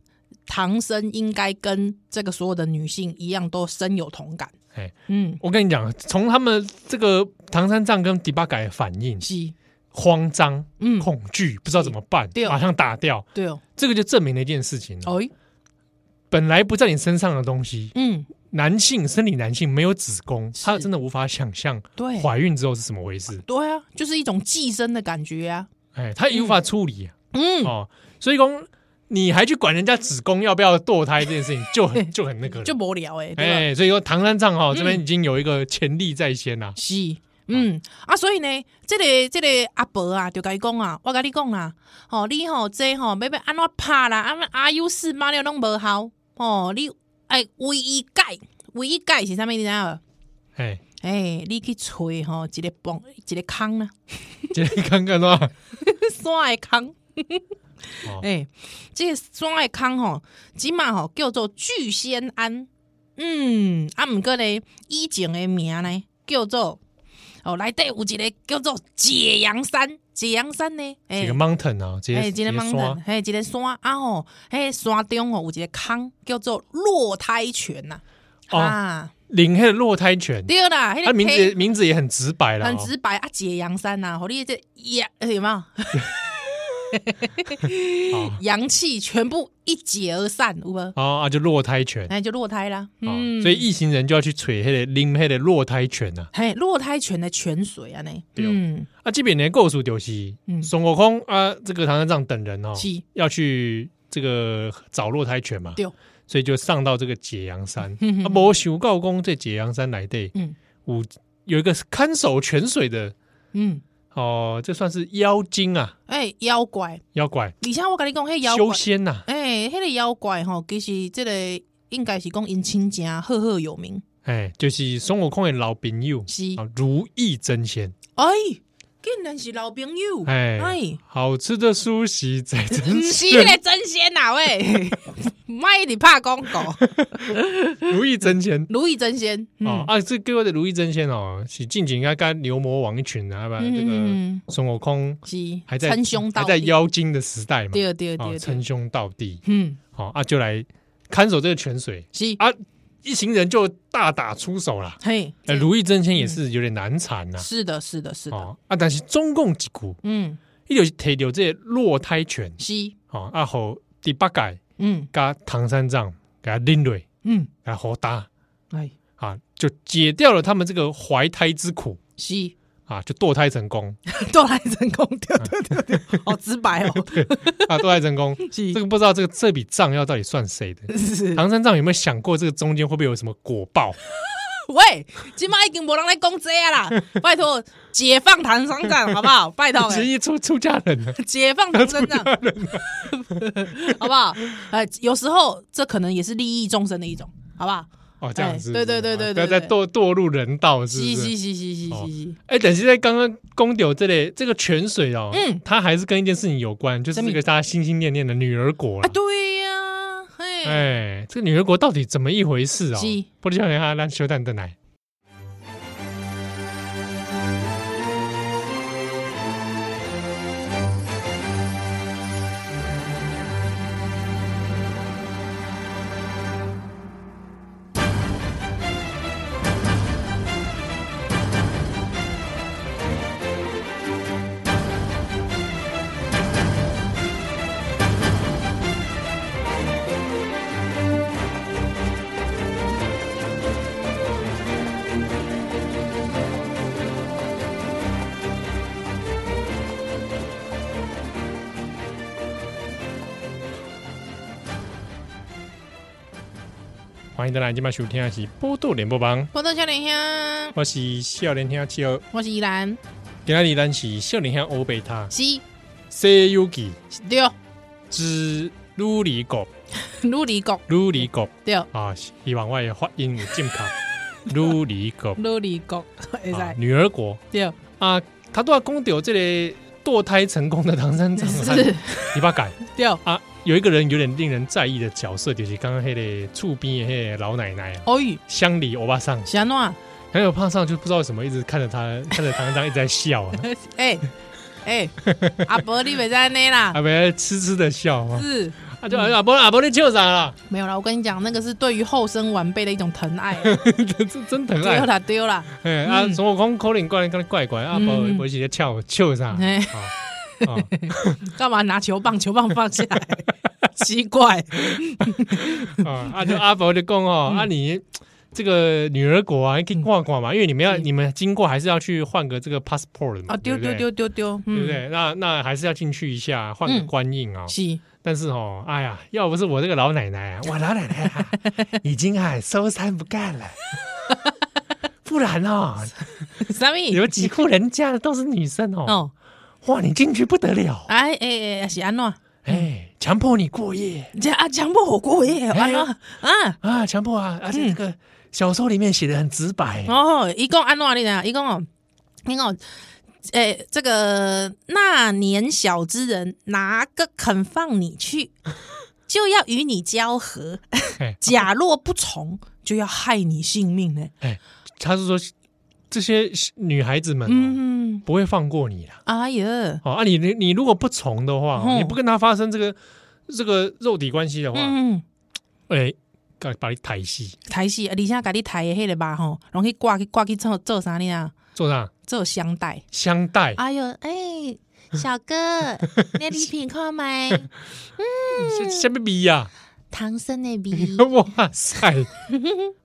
[SPEAKER 4] 唐僧应该跟这个所有的女性一样，都深有同感。
[SPEAKER 1] 哎，
[SPEAKER 4] 嗯，
[SPEAKER 1] 我跟你讲，从他们这个唐三藏跟迪巴改的反应，
[SPEAKER 4] 是，
[SPEAKER 1] 慌张、
[SPEAKER 4] 嗯，
[SPEAKER 1] 恐惧，不知道怎么办，
[SPEAKER 4] 对
[SPEAKER 1] 马上打掉。
[SPEAKER 4] 对哦，
[SPEAKER 1] 这个就证明了一件事情：
[SPEAKER 4] 哎，
[SPEAKER 1] 本来不在你身上的东西，
[SPEAKER 4] 嗯，
[SPEAKER 1] 男性生理男性没有子宫，
[SPEAKER 4] 是
[SPEAKER 1] 他真的无法想象
[SPEAKER 4] 对，
[SPEAKER 1] 怀孕之后是什么回事，
[SPEAKER 4] 对啊，就是一种寄生的感觉啊。
[SPEAKER 1] 哎，他也无法处理、啊
[SPEAKER 4] 嗯，
[SPEAKER 1] 哦。所以讲，你还去管人家子宫要不要堕胎这件事情，就
[SPEAKER 4] (laughs)
[SPEAKER 1] 很就很那个了
[SPEAKER 4] 就无聊哎，对吧？嗯
[SPEAKER 1] 哎，所以说唐三藏哈、哦、这边已经有一个潜力在先啊啦、
[SPEAKER 4] 是，嗯啊，所以呢，这个这个阿伯啊，就甲伊讲啊，我甲你讲啦，吼、你吼、这吼、要要安怎拍啦，啊安阿 U 四马六拢无效，吼、你哎唯一解，唯一解是啥物你知影无？
[SPEAKER 1] 哎，
[SPEAKER 4] 嘿、哎，你去吹吼，一个崩一个坑啊，
[SPEAKER 1] 今天看看啦，
[SPEAKER 4] (laughs) 山的坑。
[SPEAKER 1] 哦
[SPEAKER 4] 哎，这个山的坑吼，即嘛吼叫做聚仙庵。嗯，啊，毋过咧，以前的名呢叫做哦，内底有一个叫做解阳山，解阳山呢，
[SPEAKER 1] 这
[SPEAKER 4] 哎
[SPEAKER 1] 个 mountain 啊，这
[SPEAKER 4] 哎，
[SPEAKER 1] 些
[SPEAKER 4] 一
[SPEAKER 1] 这
[SPEAKER 4] 个
[SPEAKER 1] 些山
[SPEAKER 4] mountain，哎，一个山啊吼，哎，山中吼有一个坑叫做落胎泉呐。
[SPEAKER 1] 哦
[SPEAKER 4] 啊，
[SPEAKER 1] 领黑落胎犬，
[SPEAKER 4] 对啦，迄
[SPEAKER 1] 它
[SPEAKER 4] 个
[SPEAKER 1] 名
[SPEAKER 4] 溪
[SPEAKER 1] 字哦名字也很直白了，
[SPEAKER 4] 很直白啊，解阳山呐、啊，吼，你这 (laughs) 阳有没有？
[SPEAKER 1] 哦。
[SPEAKER 4] 阳气全部一解而散，有无？
[SPEAKER 1] 哦啊，就落胎犬，
[SPEAKER 4] 哎，就落胎啦。
[SPEAKER 1] 哦
[SPEAKER 4] 嗯，
[SPEAKER 1] 所以一行人就要去吹黑的拎黑的落胎犬啊呐。
[SPEAKER 4] 嘿，落胎泉的泉水啊，呢，
[SPEAKER 1] 对哦
[SPEAKER 4] 嗯，
[SPEAKER 1] 啊，这边的构事就是
[SPEAKER 4] 嗯
[SPEAKER 1] 孙悟空啊，这个唐三藏等人哦
[SPEAKER 4] 是，
[SPEAKER 1] 要去这个找落胎犬嘛，
[SPEAKER 4] 对，
[SPEAKER 1] 所以就上到这个解阳山。
[SPEAKER 4] 嗯
[SPEAKER 1] 啊，没想到讲这解阳山来的，
[SPEAKER 4] 嗯
[SPEAKER 1] 有有一个看守泉水的
[SPEAKER 4] 嗯，
[SPEAKER 1] 哦，这算是妖精啊，
[SPEAKER 4] 哎，妖怪，
[SPEAKER 1] 妖怪
[SPEAKER 4] 而且我跟你讲，迄妖
[SPEAKER 1] 修
[SPEAKER 4] 怪，
[SPEAKER 1] 仙啊呐，
[SPEAKER 4] 哎，迄个妖怪吼，其实这个应该是讲因亲情赫赫有名，
[SPEAKER 1] 哎，就是孙悟空的老朋友，
[SPEAKER 4] 是，
[SPEAKER 1] 啊如意真仙，
[SPEAKER 4] 哎，竟然是老朋友，
[SPEAKER 1] 哎，好吃的苏西在
[SPEAKER 4] 不
[SPEAKER 1] 真
[SPEAKER 4] 嗯是
[SPEAKER 1] 仙
[SPEAKER 4] 迄，个真仙呐、喂，卖你拍广告，
[SPEAKER 1] (laughs) 如意真仙。
[SPEAKER 4] 如意真仙，嗯、
[SPEAKER 1] 哦啊，这各位的如意真仙哦，是近景应该跟牛魔王一群啊，把这
[SPEAKER 4] 嗯
[SPEAKER 1] 个孙悟空
[SPEAKER 4] 是
[SPEAKER 1] 还在
[SPEAKER 4] 称兄道
[SPEAKER 1] 还
[SPEAKER 4] 弟，
[SPEAKER 1] 在妖精的时代嘛，
[SPEAKER 4] 对对
[SPEAKER 1] 哦
[SPEAKER 4] 对
[SPEAKER 1] 称
[SPEAKER 4] 对，
[SPEAKER 1] 兄道弟，
[SPEAKER 4] 嗯，
[SPEAKER 1] 好啊，就来看守这个泉水
[SPEAKER 4] 是，
[SPEAKER 1] 啊，一行人就大打出手啦。
[SPEAKER 4] 嘿，
[SPEAKER 1] 哎，如意真仙也是有点难缠呐，
[SPEAKER 4] 嗯是的，是的，是的，
[SPEAKER 1] 哦啊，但是中共一股，
[SPEAKER 4] 嗯，
[SPEAKER 1] 伊就是提到这个落胎拳，
[SPEAKER 4] 是，
[SPEAKER 1] 哦啊，好第八界
[SPEAKER 4] 嗯
[SPEAKER 1] 加唐三藏给他拎落，给
[SPEAKER 4] 嗯，
[SPEAKER 1] 他好打
[SPEAKER 4] 哎，
[SPEAKER 1] 啊，就解掉了他们这个怀胎之苦
[SPEAKER 4] 是。
[SPEAKER 1] 啊，就堕胎成功。
[SPEAKER 4] (laughs) 都来成功，对对对对，好直白哦，
[SPEAKER 1] (laughs) 啊，都在成
[SPEAKER 4] (laughs)
[SPEAKER 1] 功。
[SPEAKER 4] 是
[SPEAKER 1] 这个不知道这个这笔账要到底算谁
[SPEAKER 4] 嗯
[SPEAKER 1] 的？
[SPEAKER 4] 是
[SPEAKER 1] 唐三藏有没有想过这个中间会不会有什么果报？
[SPEAKER 4] (laughs) 喂，今麦已经无人来讲这啊啦，拜托解放唐三藏好不好？拜托、
[SPEAKER 1] 直
[SPEAKER 4] 欸，
[SPEAKER 1] 接出出家人了，
[SPEAKER 4] 解放唐三藏 (laughs) 好不好？哎，有时候这可能也是利益众生的一种，好不好？
[SPEAKER 1] 哦，这样子，
[SPEAKER 4] 哎对对对
[SPEAKER 1] 是不是
[SPEAKER 4] 对对
[SPEAKER 1] 不要再
[SPEAKER 4] 对
[SPEAKER 1] 堕堕入人道，是
[SPEAKER 4] 是
[SPEAKER 1] 不
[SPEAKER 4] 是
[SPEAKER 1] 是？
[SPEAKER 4] 是是是是是，
[SPEAKER 1] 哎，等是在刚刚公丢这里这个泉水哦，
[SPEAKER 4] 嗯
[SPEAKER 1] 它还是跟一件事情有关，就是这个大家心心念念的女儿国
[SPEAKER 4] 啊
[SPEAKER 1] 啦。
[SPEAKER 4] 对呀、嘿、
[SPEAKER 1] 哎，这个女儿国到底怎么一回事啊？
[SPEAKER 4] 是
[SPEAKER 1] 不璃少年哈让修蛋的奶。欢迎大家今晚收听的是《波多联播帮》，
[SPEAKER 4] 波多少年兄，
[SPEAKER 1] 我是少年兄七号，
[SPEAKER 4] 我是依兰，
[SPEAKER 1] 今天咱是少年兄欧贝塔
[SPEAKER 4] 是
[SPEAKER 1] C U G。
[SPEAKER 4] 是对，
[SPEAKER 1] 之鲁里狗，
[SPEAKER 4] 努力讲
[SPEAKER 1] 鲁里狗
[SPEAKER 4] 对，
[SPEAKER 1] 啊，希望我的发音有
[SPEAKER 4] (laughs)
[SPEAKER 1] 健康。鲁里狗，
[SPEAKER 4] 努力讲， (laughs) 会
[SPEAKER 1] 啊
[SPEAKER 4] 使
[SPEAKER 1] 女儿国
[SPEAKER 4] 对，
[SPEAKER 1] 啊，他都要攻掉这类堕胎成功的唐三藏啊
[SPEAKER 4] 是
[SPEAKER 1] 和第八改
[SPEAKER 4] 对。 (laughs)
[SPEAKER 1] 啊，有一个人有点令人在意的角色，就是刚刚那个厝边的那个老奶奶啊，
[SPEAKER 4] 哦语
[SPEAKER 1] 乡里欧巴桑，
[SPEAKER 4] 是安怎？
[SPEAKER 1] 还有胖上就不知道为什么一直看着他， (laughs) 看着唐三藏一直在笑
[SPEAKER 4] (laughs)
[SPEAKER 1] 啊，
[SPEAKER 4] 哎
[SPEAKER 1] (laughs)
[SPEAKER 4] 哎，阿伯你别在那啦，
[SPEAKER 1] 阿伯痴痴的笑啊，
[SPEAKER 4] 是
[SPEAKER 1] 啊就阿伯阿伯你笑啥啦？ (laughs)
[SPEAKER 4] 没有啦。我跟你讲，那个是对于后生晚辈的一种
[SPEAKER 1] (laughs)
[SPEAKER 4] 疼爱，
[SPEAKER 1] 这真疼爱
[SPEAKER 4] 丢。啦丢啦，
[SPEAKER 1] 哎啊，
[SPEAKER 4] 嗯
[SPEAKER 1] 孙悟空口令怪怪怪怪啊，
[SPEAKER 4] 嗯
[SPEAKER 1] 不不是在翘翘啥？啊
[SPEAKER 4] 哎
[SPEAKER 1] 啊，
[SPEAKER 4] 干嘛拿球棒？球棒放下
[SPEAKER 1] (laughs)
[SPEAKER 4] 来，奇怪，
[SPEAKER 1] 啊啊！就阿伯就讲哦，
[SPEAKER 4] 嗯
[SPEAKER 1] 啊你这个女儿国啊，你可以逛逛嘛，因为你们要
[SPEAKER 4] 嗯
[SPEAKER 1] 你们经过还是要去换个这个 passport 的嘛，
[SPEAKER 4] 啊丢
[SPEAKER 1] 不
[SPEAKER 4] 丢丢，丢丢，
[SPEAKER 1] 对不
[SPEAKER 4] 嗯，
[SPEAKER 1] 对？那那还是要进去一下，换个
[SPEAKER 4] 嗯
[SPEAKER 1] 官印啊。
[SPEAKER 4] 是 (laughs)
[SPEAKER 1] 但是哦，哎呀，要不是我这个老奶奶啊，我老奶奶啊，已经啊收山不干
[SPEAKER 4] (laughs)
[SPEAKER 1] 了。不然哦，
[SPEAKER 4] 啥咪？
[SPEAKER 1] 有几户人家的都是女生哦，
[SPEAKER 4] 哦，
[SPEAKER 1] 哇，你进去不得了，
[SPEAKER 4] 哎哎哎，是安怎？
[SPEAKER 1] 哎，强迫你过夜，哎
[SPEAKER 4] 这啊，强迫火锅耶，安怎啊？
[SPEAKER 1] 啊，强迫啊，而且这个小说里面写的很直白，
[SPEAKER 4] 嗯哦，一共安诺你讲，一共哦，你讲，诶、这个那年小之人，哪个肯放你去，就要与你交合；
[SPEAKER 1] 哎
[SPEAKER 4] (laughs) 假若不从，就要害你性命呢。
[SPEAKER 1] 哎，他是说这些女孩子们、哦、
[SPEAKER 4] 嗯，
[SPEAKER 1] 不会放过你啦。
[SPEAKER 4] 哎呀，
[SPEAKER 1] 哦啊你，你你如果不从的话，
[SPEAKER 4] 嗯
[SPEAKER 1] 你不跟他发生这个这个肉体关系的话，
[SPEAKER 4] 嗯，
[SPEAKER 1] 哎、把把你抬死，
[SPEAKER 4] 台戏，而且甲你抬的迄个吧吼，拢去挂去挂去做做啥呢啊？
[SPEAKER 1] 做啥
[SPEAKER 4] 做香袋。
[SPEAKER 1] 相待？
[SPEAKER 2] 哎呦，哎，小哥，你的礼品看买
[SPEAKER 4] 嗯
[SPEAKER 1] 什什么味呀、，
[SPEAKER 2] 唐僧的味
[SPEAKER 1] (laughs) 哇塞！ (laughs)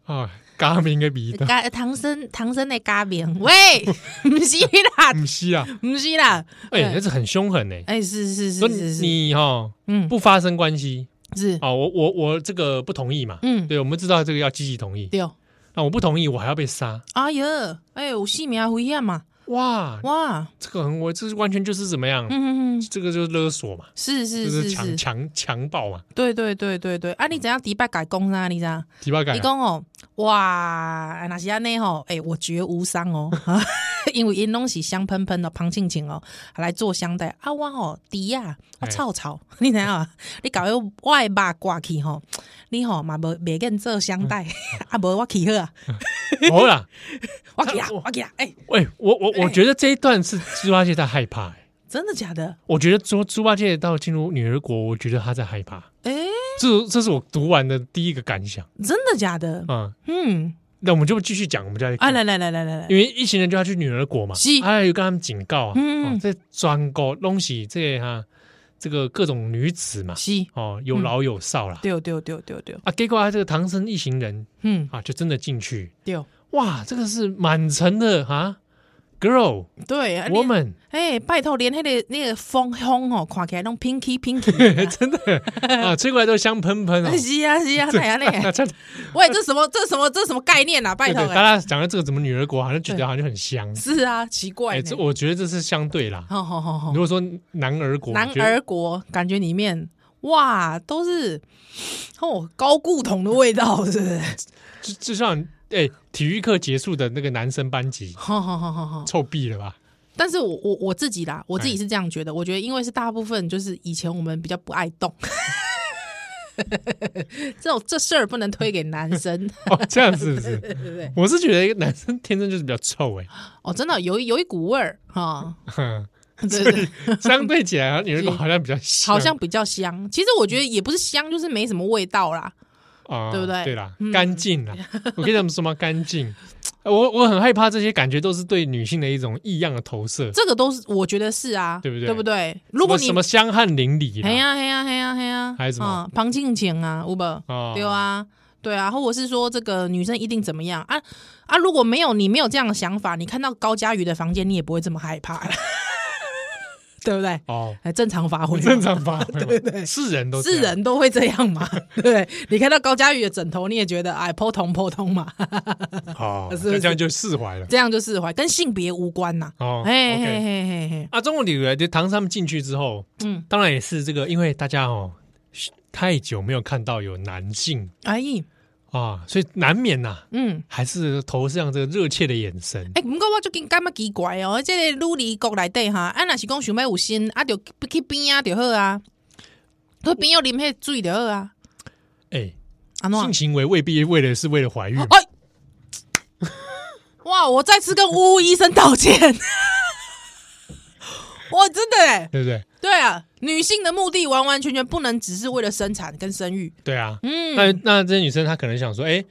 [SPEAKER 1] 啊，咖明的味
[SPEAKER 4] (laughs)
[SPEAKER 1] 道，
[SPEAKER 4] 加唐僧唐僧的加冕，喂，不是啦，
[SPEAKER 1] 不是啊，
[SPEAKER 4] 不是啦，
[SPEAKER 1] 哎、
[SPEAKER 4] 对
[SPEAKER 1] 那是很凶狠呢、
[SPEAKER 4] 哎、是是
[SPEAKER 1] 说
[SPEAKER 4] 嗯是
[SPEAKER 1] 你
[SPEAKER 4] 是是，
[SPEAKER 1] 你哈
[SPEAKER 4] 嗯，
[SPEAKER 1] 不发生关系
[SPEAKER 4] 是，
[SPEAKER 1] 啊，我我我这个不同意嘛，
[SPEAKER 4] 嗯，
[SPEAKER 1] 对，我们知道这个要积极同意，
[SPEAKER 4] 对，
[SPEAKER 1] 那我不同意，我还要被杀，
[SPEAKER 4] 哎呀，哎，有性命危险嘛，
[SPEAKER 1] 哇，
[SPEAKER 4] 哇，
[SPEAKER 1] 这个很我这是完全就是怎么样，
[SPEAKER 4] 嗯嗯嗯，
[SPEAKER 1] 这个就是勒索嘛，
[SPEAKER 4] 是
[SPEAKER 1] 就是是
[SPEAKER 4] 是
[SPEAKER 1] 强
[SPEAKER 4] 是，
[SPEAKER 1] 强强暴嘛，
[SPEAKER 4] 对对对对对，啊，你怎样迪拜改工啊？你知道？
[SPEAKER 1] 提拔感
[SPEAKER 4] 你
[SPEAKER 1] 啊，
[SPEAKER 4] 讲哦，哇，那是安尼吼，哎，我绝无伤哦， (laughs) 因为因拢是香喷喷的旁庆庆哦，来做香袋啊，我吼猪呀，我
[SPEAKER 1] 哎
[SPEAKER 4] 臭臭，你知
[SPEAKER 1] (laughs)
[SPEAKER 4] 影啊？你搞个外肉挂去吼，你吼嘛无袂瘾做香袋，
[SPEAKER 1] 嗯
[SPEAKER 4] (laughs) 啊无我起好啊，
[SPEAKER 1] (laughs) 好啦，
[SPEAKER 4] 我起
[SPEAKER 1] (laughs)
[SPEAKER 4] 啊
[SPEAKER 1] 他我，
[SPEAKER 4] 我起啊，哎，
[SPEAKER 1] 喂，我我我
[SPEAKER 4] 哎
[SPEAKER 1] 觉得这一段是猪八戒在害怕、欸
[SPEAKER 4] 真的假的？
[SPEAKER 1] 我觉得猪猪八戒到进入女儿国，我觉得他在害怕，
[SPEAKER 4] 哎，
[SPEAKER 1] 这这是我读完的第一个感想
[SPEAKER 4] 真的假的？
[SPEAKER 1] 啊、
[SPEAKER 4] 嗯。
[SPEAKER 1] 那我们就继续讲，我们再来
[SPEAKER 4] 啊，
[SPEAKER 1] 看
[SPEAKER 4] 来来来来来来，
[SPEAKER 1] 因为一行人就要去女儿国嘛，
[SPEAKER 4] 是
[SPEAKER 1] 还有跟他们警告啊，
[SPEAKER 4] 嗯
[SPEAKER 1] 哦、这专搞东西这哈、这个各种女子嘛，
[SPEAKER 4] 是，
[SPEAKER 1] 哦，有老有少啦。
[SPEAKER 4] 嗯对对对对对，
[SPEAKER 1] 啊，结果他这个唐僧一行人
[SPEAKER 4] 嗯，
[SPEAKER 1] 啊，就真的进去，
[SPEAKER 4] 对
[SPEAKER 1] 哇，这个是满城的啊，girl
[SPEAKER 4] 对，啊，连 (laughs)
[SPEAKER 1] woman，
[SPEAKER 4] 哎，拜托，连那个那个风风哦，看起来拢 pinky (laughs) pinky，
[SPEAKER 1] 真的啊，吹过来都香喷喷
[SPEAKER 4] (laughs)
[SPEAKER 1] 哦。 (laughs)
[SPEAKER 4] 是啊是啊，那样
[SPEAKER 1] 那
[SPEAKER 4] 嘞，
[SPEAKER 1] 这
[SPEAKER 4] 喂，这什么这什么这什么概念啊？拜
[SPEAKER 1] 对
[SPEAKER 4] 托
[SPEAKER 1] 对，大
[SPEAKER 4] 哎，
[SPEAKER 1] 家讲到这个怎么女儿国，好像觉得
[SPEAKER 4] 对
[SPEAKER 1] 好像很香。
[SPEAKER 4] 是啊，奇怪
[SPEAKER 1] 哎，
[SPEAKER 4] 呢
[SPEAKER 1] 这，我觉得这是相对啦。
[SPEAKER 4] 好好好好
[SPEAKER 1] 如，果说男儿国，
[SPEAKER 4] 男
[SPEAKER 1] 我觉得
[SPEAKER 4] 儿国感觉里面哇都是哦高固酮的味道，是不是？ (laughs)
[SPEAKER 1] 就就像哎，体育课结束的那个男生班级，
[SPEAKER 4] 好好好好好，
[SPEAKER 1] 臭毙了吧？
[SPEAKER 4] 但是我我我自己
[SPEAKER 1] 哎
[SPEAKER 4] 啦，我自己是这样觉得。我觉得，因为是大部分就是以前我们比较不爱动， (laughs) 这种这事儿不能推给男
[SPEAKER 1] (laughs)
[SPEAKER 4] 生，
[SPEAKER 1] 哦，这样子是
[SPEAKER 4] (laughs) 对
[SPEAKER 1] 不是，
[SPEAKER 4] 不对？
[SPEAKER 1] 我是觉得一个男生天生就是比较臭哎、 (laughs)
[SPEAKER 4] 哦，真的有一有一股味儿哈，
[SPEAKER 1] 哼，
[SPEAKER 4] 对对对，
[SPEAKER 1] 相对起来，女人狗
[SPEAKER 4] 是
[SPEAKER 1] 好像比较香，
[SPEAKER 4] 好像比较香。其实我觉得也不是香，就是没什么味道啦。
[SPEAKER 1] 啊、
[SPEAKER 4] 对不对
[SPEAKER 1] 对啦
[SPEAKER 4] 嗯，
[SPEAKER 1] 干净
[SPEAKER 4] (laughs)
[SPEAKER 1] 啦，我跟他们说嘛，干净。呃我我很害怕这些感觉都是对女性的一种异样的投射，
[SPEAKER 4] 这个都是我觉得是啊，
[SPEAKER 1] 对不对
[SPEAKER 4] 对？不对？如果你
[SPEAKER 1] 什么什么香汗淋漓啦，
[SPEAKER 4] 嘿呀嘿呀嘿呀嘿呀，
[SPEAKER 1] 还有什么
[SPEAKER 4] 啊？旁静情啊，有无？
[SPEAKER 1] 哦
[SPEAKER 4] 对，啊，对啊，或者是说这个女生一定怎么样啊啊？如果没有你没有这样的想法，你看到高佳瑜的房间，你也不会这么害怕， (laughs) 对不对？
[SPEAKER 1] 哦，
[SPEAKER 4] 哎，正常发挥嘛，
[SPEAKER 1] 正常
[SPEAKER 4] (laughs)
[SPEAKER 1] 发挥嘛，对对， (laughs) 是人都这
[SPEAKER 4] 是
[SPEAKER 1] 样，
[SPEAKER 4] 人都会这样嘛， (laughs) 对不对？你看到高佳瑜的枕头，你也觉得哎，扑通扑通嘛， (laughs)
[SPEAKER 1] 哦，
[SPEAKER 4] 是不是
[SPEAKER 1] 这样就释怀了。
[SPEAKER 4] 这样就释怀，跟性别无关呐、
[SPEAKER 1] 哦
[SPEAKER 4] 嘿嘿
[SPEAKER 1] ，OK
[SPEAKER 4] 嘿嘿嘿，
[SPEAKER 1] 啊，中国女人就唐三们进去之后，
[SPEAKER 4] 嗯，
[SPEAKER 1] 当然也是这个，因为大家哦太久没有看到有男性
[SPEAKER 4] 哎，
[SPEAKER 1] 啊，所以难免呐、
[SPEAKER 4] 嗯。
[SPEAKER 1] 还是投向这个热切的眼神。
[SPEAKER 4] 哎、欸，不过我最近感觉奇怪哦，这个女儿国内底哈，啊，若是讲想要有心，啊，就去边啊就好啊，去边要啉迄水就好啊，
[SPEAKER 1] 哎、
[SPEAKER 4] 安怎
[SPEAKER 1] 性？行为未必为了是为了怀孕，
[SPEAKER 4] 哎，哇！我再次跟呜呜医生道歉。 (laughs) 哇，真的哎，
[SPEAKER 1] 对不对？
[SPEAKER 4] 对啊，女性的目的完完全全不能只是为了生产跟生育。
[SPEAKER 1] 对啊，
[SPEAKER 4] 嗯，
[SPEAKER 1] 那那这些女生她可能想说，哎、